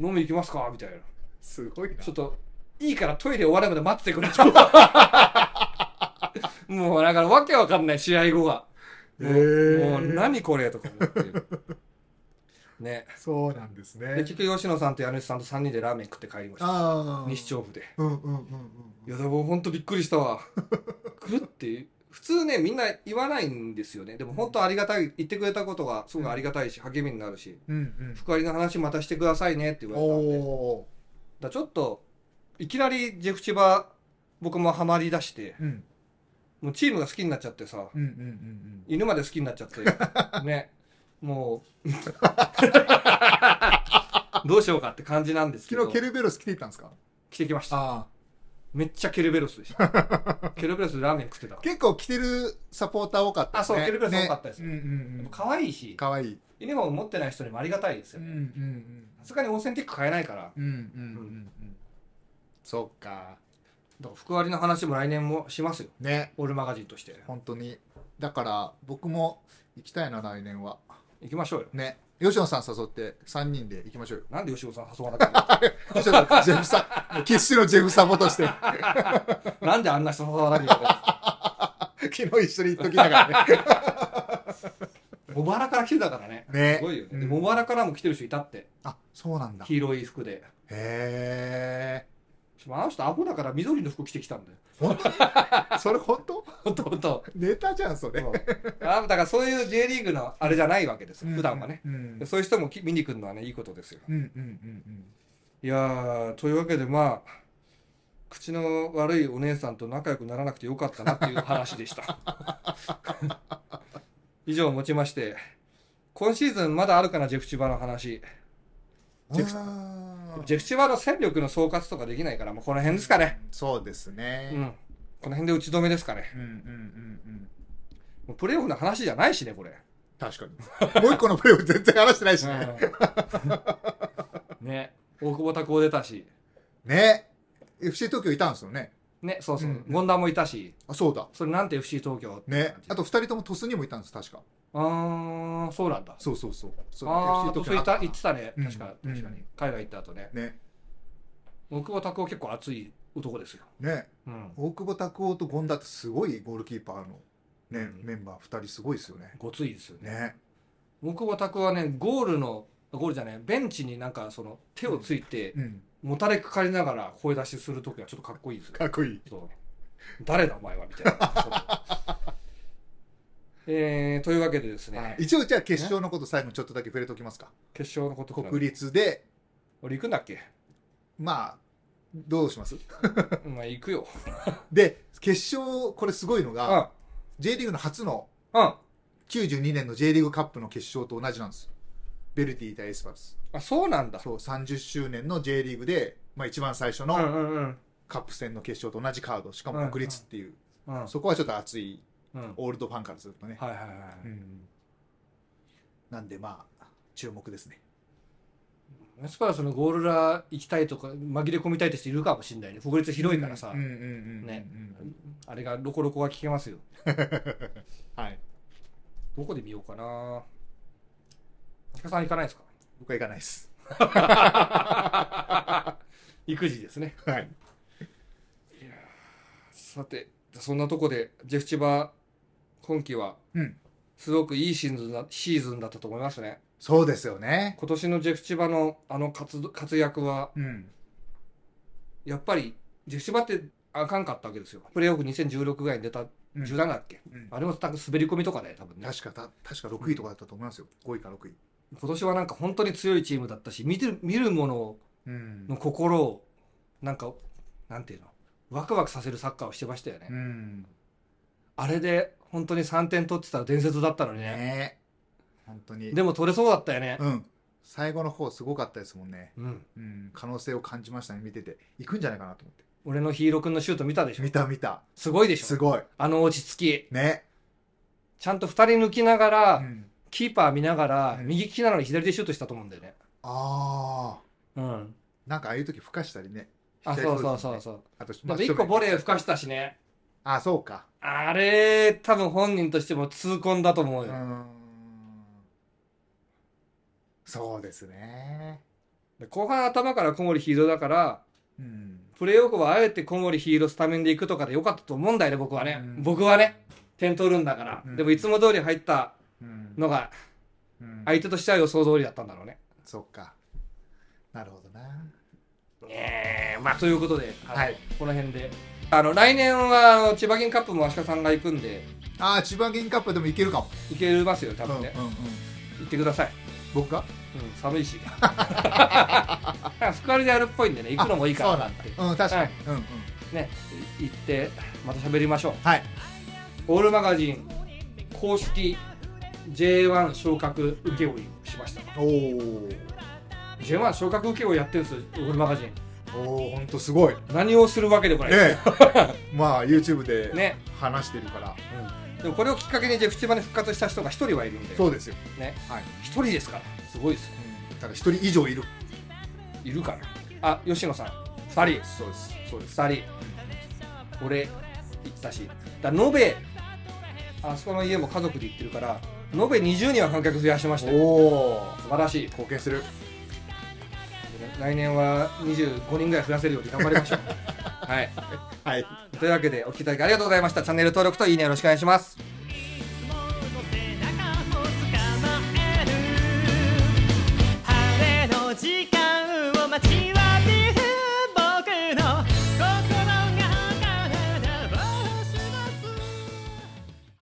[SPEAKER 1] ー
[SPEAKER 2] 「飲み行きますか」みたいな。
[SPEAKER 1] すごいな
[SPEAKER 2] ちょ。っと、いいからトイレ終わるまで待っててくれと。もう、だからわけわかんない、試合後が。
[SPEAKER 1] え
[SPEAKER 2] もう、もう何これとか思って。ね。
[SPEAKER 1] そうなんです
[SPEAKER 2] で、
[SPEAKER 1] ね
[SPEAKER 2] 結。局、吉野さんと家主さんと3人でラーメン食って帰りました。
[SPEAKER 1] ああ。
[SPEAKER 2] 西調布で。
[SPEAKER 1] うんうんうん
[SPEAKER 2] いや、でもほんとびっくりしたわ。来るって、普通ね、みんな言わないんですよね。でも本当ありがたい、言ってくれたことがすごくありがたいし、励みになるし、
[SPEAKER 1] うん。うん
[SPEAKER 2] 福割りの話またしてくださいねって
[SPEAKER 1] うん。
[SPEAKER 2] 言われたんで。
[SPEAKER 1] お
[SPEAKER 2] だからちょっといきなりジェフチバ僕もハマりだして
[SPEAKER 1] ーうん
[SPEAKER 2] もうチームが好きになっちゃってさ
[SPEAKER 1] うんうんうん
[SPEAKER 2] 犬まで 好きになっちゃってねもう どうしようかって感じなんですけ
[SPEAKER 1] 昨
[SPEAKER 2] ど
[SPEAKER 1] 日ケルベロス来ていったんですか
[SPEAKER 2] 着てきました
[SPEAKER 1] あ
[SPEAKER 2] めっちゃケルベロスでした ケルベロスでラーメン食ってた
[SPEAKER 1] あ
[SPEAKER 2] か
[SPEAKER 1] 結構着てるサポーター多かったですね
[SPEAKER 2] あそうケルベロス多かったです
[SPEAKER 1] ねうんうんう
[SPEAKER 2] ら
[SPEAKER 1] ん、
[SPEAKER 2] 可愛いし
[SPEAKER 1] かわいい
[SPEAKER 2] ユニフォーム持ってない人にもありがたいです
[SPEAKER 1] う
[SPEAKER 2] よ
[SPEAKER 1] んう
[SPEAKER 2] ね
[SPEAKER 1] ん
[SPEAKER 2] さすがにオーセンティック買えないから
[SPEAKER 1] うんうんうんうんうんそっか
[SPEAKER 2] だから福割の話も来年もしますよ
[SPEAKER 1] ね
[SPEAKER 2] オールマガジンとして
[SPEAKER 1] 本当にだから僕も行きたいな来年は
[SPEAKER 2] 行きましょうよ
[SPEAKER 1] ね吉野さん誘って3人で行きましょうよ
[SPEAKER 2] なんで吉本さん誘わなかった
[SPEAKER 1] 吉野さんジェフさんもう決死のジェフサボと して
[SPEAKER 2] のなんであんな人誘わなきゃいけないの
[SPEAKER 1] 昨日一緒に行っときながら ね
[SPEAKER 2] 茂原から来てたからね。
[SPEAKER 1] ね
[SPEAKER 2] すごいよね。
[SPEAKER 1] うん
[SPEAKER 2] で茂原からも来てる人いたって。
[SPEAKER 1] あそうなんだへ
[SPEAKER 2] 黄色い服で。
[SPEAKER 1] え
[SPEAKER 2] しかもあの人アホだから緑の服着てきたんだよ。
[SPEAKER 1] それ 本当
[SPEAKER 2] ほんとほんと。
[SPEAKER 1] ネタじゃんそれ
[SPEAKER 2] そうあだからそういう J リーグのあれじゃないわけです。普段はね。
[SPEAKER 1] うん
[SPEAKER 2] でそういう人もき見に来るのはね、いいことですよ。
[SPEAKER 1] うんうんうん
[SPEAKER 2] いやー、というわけでまあ、口の悪いお姉さんと仲良くならなくてよかったなっていう話 でした。以上をもちまして、今シーズンまだあるかな、ジェフチバの話。
[SPEAKER 1] うん
[SPEAKER 2] ジェフ
[SPEAKER 1] あー
[SPEAKER 2] ジェフチバの戦力の総括とかできないから、もうこの辺ですかね。
[SPEAKER 1] そうですね
[SPEAKER 2] うん、この辺で打ち止めですかね。
[SPEAKER 1] うんうんうんうん
[SPEAKER 2] もうプレーオフの話じゃないしね、これ。
[SPEAKER 1] 確 かに。もう一個のプレーオフ全然話してないしね。
[SPEAKER 2] ね、 大久保拓夫出たし、
[SPEAKER 1] ね。FC 東京いたんですよね。
[SPEAKER 2] ね、そうそう、
[SPEAKER 1] うん
[SPEAKER 2] 権田もいたし、
[SPEAKER 1] あ、そうだ。
[SPEAKER 2] それなんて FC 東京って
[SPEAKER 1] ね
[SPEAKER 2] 感。じ
[SPEAKER 1] あと二人とも鳥栖にもいたんです、確か。
[SPEAKER 2] あー、そうなんだ。
[SPEAKER 1] そうそうそう。そう
[SPEAKER 2] あー、とそういた、
[SPEAKER 1] い
[SPEAKER 2] 言ってたね、
[SPEAKER 1] うん
[SPEAKER 2] 確か、確か
[SPEAKER 1] う
[SPEAKER 2] に
[SPEAKER 1] ん。
[SPEAKER 2] 海外行った後ね。
[SPEAKER 1] ね。
[SPEAKER 2] 大久保拓夫結構熱い男ですよ。
[SPEAKER 1] ね。
[SPEAKER 2] うん。
[SPEAKER 1] 大久保拓夫と権田ってすごいゴールキーパーのね、
[SPEAKER 2] うん
[SPEAKER 1] メンバー二人すごいですよね。
[SPEAKER 2] ごついですよね。
[SPEAKER 1] ね。
[SPEAKER 2] 大久保拓夫はね、ゴールの、ゴールじゃない、ベンチになんかその手をついて、
[SPEAKER 1] うん。
[SPEAKER 2] もたれかかりながら声出しするときはちょっとかっこいいですよ。
[SPEAKER 1] かっこいい。
[SPEAKER 2] そう誰だお前はみたいな。 えー、というわけでですね、
[SPEAKER 1] 一応じゃあ決勝のこと最後にちょっとだけ触れておきますか。
[SPEAKER 2] 決勝のことから
[SPEAKER 1] 国立で、
[SPEAKER 2] 俺行くんだっ け
[SPEAKER 1] まあ、どうします
[SPEAKER 2] まあ行くよ。
[SPEAKER 1] で、決勝、これすごいの
[SPEAKER 2] う
[SPEAKER 1] が、
[SPEAKER 2] ん。
[SPEAKER 1] J リーグの初の
[SPEAKER 2] うん。
[SPEAKER 1] 92年の J リーグカップの決勝と同じなんですよベルティ対エスパルス
[SPEAKER 2] あ、そうなんだ。
[SPEAKER 1] そう30周年の J リーグで、まあ、一番最初
[SPEAKER 2] うん
[SPEAKER 1] の
[SPEAKER 2] うんうん。
[SPEAKER 1] カップ戦の決勝と同じカードしか
[SPEAKER 2] うんう
[SPEAKER 1] も
[SPEAKER 2] ん
[SPEAKER 1] 国立っていう、
[SPEAKER 2] うん。
[SPEAKER 1] そこはちょっと熱い
[SPEAKER 2] うん。はい
[SPEAKER 1] オールドファンからするとね、
[SPEAKER 2] はいはい。
[SPEAKER 1] うんなんでまあ注目ですね
[SPEAKER 2] エスパルスのゴールラ行きたいとか、紛れ込みたいって人いるかもしれないね。国立広いからさ、
[SPEAKER 1] うんうんうんうん
[SPEAKER 2] ね
[SPEAKER 1] うんうん
[SPEAKER 2] あれがロコロコが聞けますよ。
[SPEAKER 1] はい
[SPEAKER 2] どこで見ようかな。田中さん行かな いですか
[SPEAKER 1] 僕は行かないです
[SPEAKER 2] 育児ですね。
[SPEAKER 1] はい
[SPEAKER 2] さて、そんなとこで、ジェフチバ、今季は
[SPEAKER 1] うん、
[SPEAKER 2] すごくいいシーズンだシーズンだったと思いますね。
[SPEAKER 1] そうですよね
[SPEAKER 2] 今年のジェフチバのあの活動活躍は、
[SPEAKER 1] うん
[SPEAKER 2] やっぱり、ジェフチバってあかんかったわけですよ。プレーオフ2016ぐらいに出た、
[SPEAKER 1] うん
[SPEAKER 2] 17だっけ、
[SPEAKER 1] うん
[SPEAKER 2] あれも多分滑り込みとかで、多分ね。
[SPEAKER 1] 確かた確か6位とかだったと思いますよ5位か6位
[SPEAKER 2] 今年はなんか本当に強いチームだったし、見てる見るもの
[SPEAKER 1] うん
[SPEAKER 2] の心を、なんか、なんていうの、ワクワクさせるサッカーをしてましたよね。
[SPEAKER 1] うん
[SPEAKER 2] あれで、本当に3点取ってたら伝説だったのにね。
[SPEAKER 1] ね本当に
[SPEAKER 2] でも取れそうだったよね。
[SPEAKER 1] うん。最後の方すごかったですもんね。
[SPEAKER 2] うん。
[SPEAKER 1] うん。可能性を感じましたね、見てて。行くんじゃないかなと思っ。
[SPEAKER 2] 俺のヒーロー君のシュート見たでしてょ
[SPEAKER 1] 見た見た。
[SPEAKER 2] すごいでし
[SPEAKER 1] す
[SPEAKER 2] ょ
[SPEAKER 1] ごい。
[SPEAKER 2] あの落ち着き。
[SPEAKER 1] ね。
[SPEAKER 2] ちゃんと2人抜きながら、
[SPEAKER 1] うん、
[SPEAKER 2] キーパー見ながら、
[SPEAKER 1] うん
[SPEAKER 2] 右利きなのに左でシュートしたと思うんだよね。
[SPEAKER 1] ああ。
[SPEAKER 2] うん。
[SPEAKER 1] なんかああいう時ふかしたりね。
[SPEAKER 2] あ、
[SPEAKER 1] しちゃい
[SPEAKER 2] そう
[SPEAKER 1] ですね
[SPEAKER 2] そうそうそう。
[SPEAKER 1] あと、
[SPEAKER 2] で
[SPEAKER 1] ま
[SPEAKER 2] も
[SPEAKER 1] あ
[SPEAKER 2] 1個ボレー
[SPEAKER 1] 正面
[SPEAKER 2] 吹かしたしね。
[SPEAKER 1] あ、そうか。
[SPEAKER 2] あれ、多分本人としても痛恨だと思
[SPEAKER 1] う
[SPEAKER 2] うよ。
[SPEAKER 1] ーん。そうですね。
[SPEAKER 2] で後半頭から小森ヒーローだから、
[SPEAKER 1] うん。
[SPEAKER 2] プレーオフはあえて小森ヒーロースタメンで行くとかでよかったと思うんだよね、僕はね。
[SPEAKER 1] うん
[SPEAKER 2] 僕はね、点取るんだから。
[SPEAKER 1] うん
[SPEAKER 2] でもいつも通り入った
[SPEAKER 1] うん。
[SPEAKER 2] のが、
[SPEAKER 1] うん、
[SPEAKER 2] 相手としては予想通りだったんだろうね。
[SPEAKER 1] そっか。なるほどな。
[SPEAKER 2] えーまあということで、あの
[SPEAKER 1] はい
[SPEAKER 2] この辺であの来年はあの千葉銀カップも足利さんが行くんで
[SPEAKER 1] ああ、千葉銀カップでもいけるかも。
[SPEAKER 2] 行けますよ多
[SPEAKER 1] うんう
[SPEAKER 2] 分
[SPEAKER 1] んう
[SPEAKER 2] ね
[SPEAKER 1] ん、。
[SPEAKER 2] 行ってください、
[SPEAKER 1] 僕が
[SPEAKER 2] うん、寒いし福割でやるっぽいんでね行くのもいいから
[SPEAKER 1] あそうなんだ。うん、確かに。うんうん。
[SPEAKER 2] ねい行ってまた喋りましょう
[SPEAKER 1] はい。
[SPEAKER 2] オールマガジン公式 J1 昇格請負をしました
[SPEAKER 1] おお。
[SPEAKER 2] J1 昇格請負やってるんですよオフルマガジン
[SPEAKER 1] おお本当すごいね
[SPEAKER 2] 何をするわけでもないです
[SPEAKER 1] えまあ YouTube で
[SPEAKER 2] ね
[SPEAKER 1] 話してるから、
[SPEAKER 2] でもこれをきっかけにジェフ千葉に復活した人が一人はいるんで
[SPEAKER 1] そうですよ、
[SPEAKER 2] ね
[SPEAKER 1] はい
[SPEAKER 2] 一人ですからすごいですよ
[SPEAKER 1] うん、ただ一人以上いる
[SPEAKER 2] いるからあ吉野さん2人
[SPEAKER 1] そうですそうです
[SPEAKER 2] 2人俺行ったしだ延べあそこの家も家族で行ってるから延べ20人は観客増やしましたよ
[SPEAKER 1] おお
[SPEAKER 2] 素晴らしい
[SPEAKER 1] 貢献する
[SPEAKER 2] 来年は25人ぐらい増やせるように頑張りまし ょうはい
[SPEAKER 1] はい
[SPEAKER 2] というわけでお聞きいただきありがとうございましたチャンネル登録といいねよろしくお願いします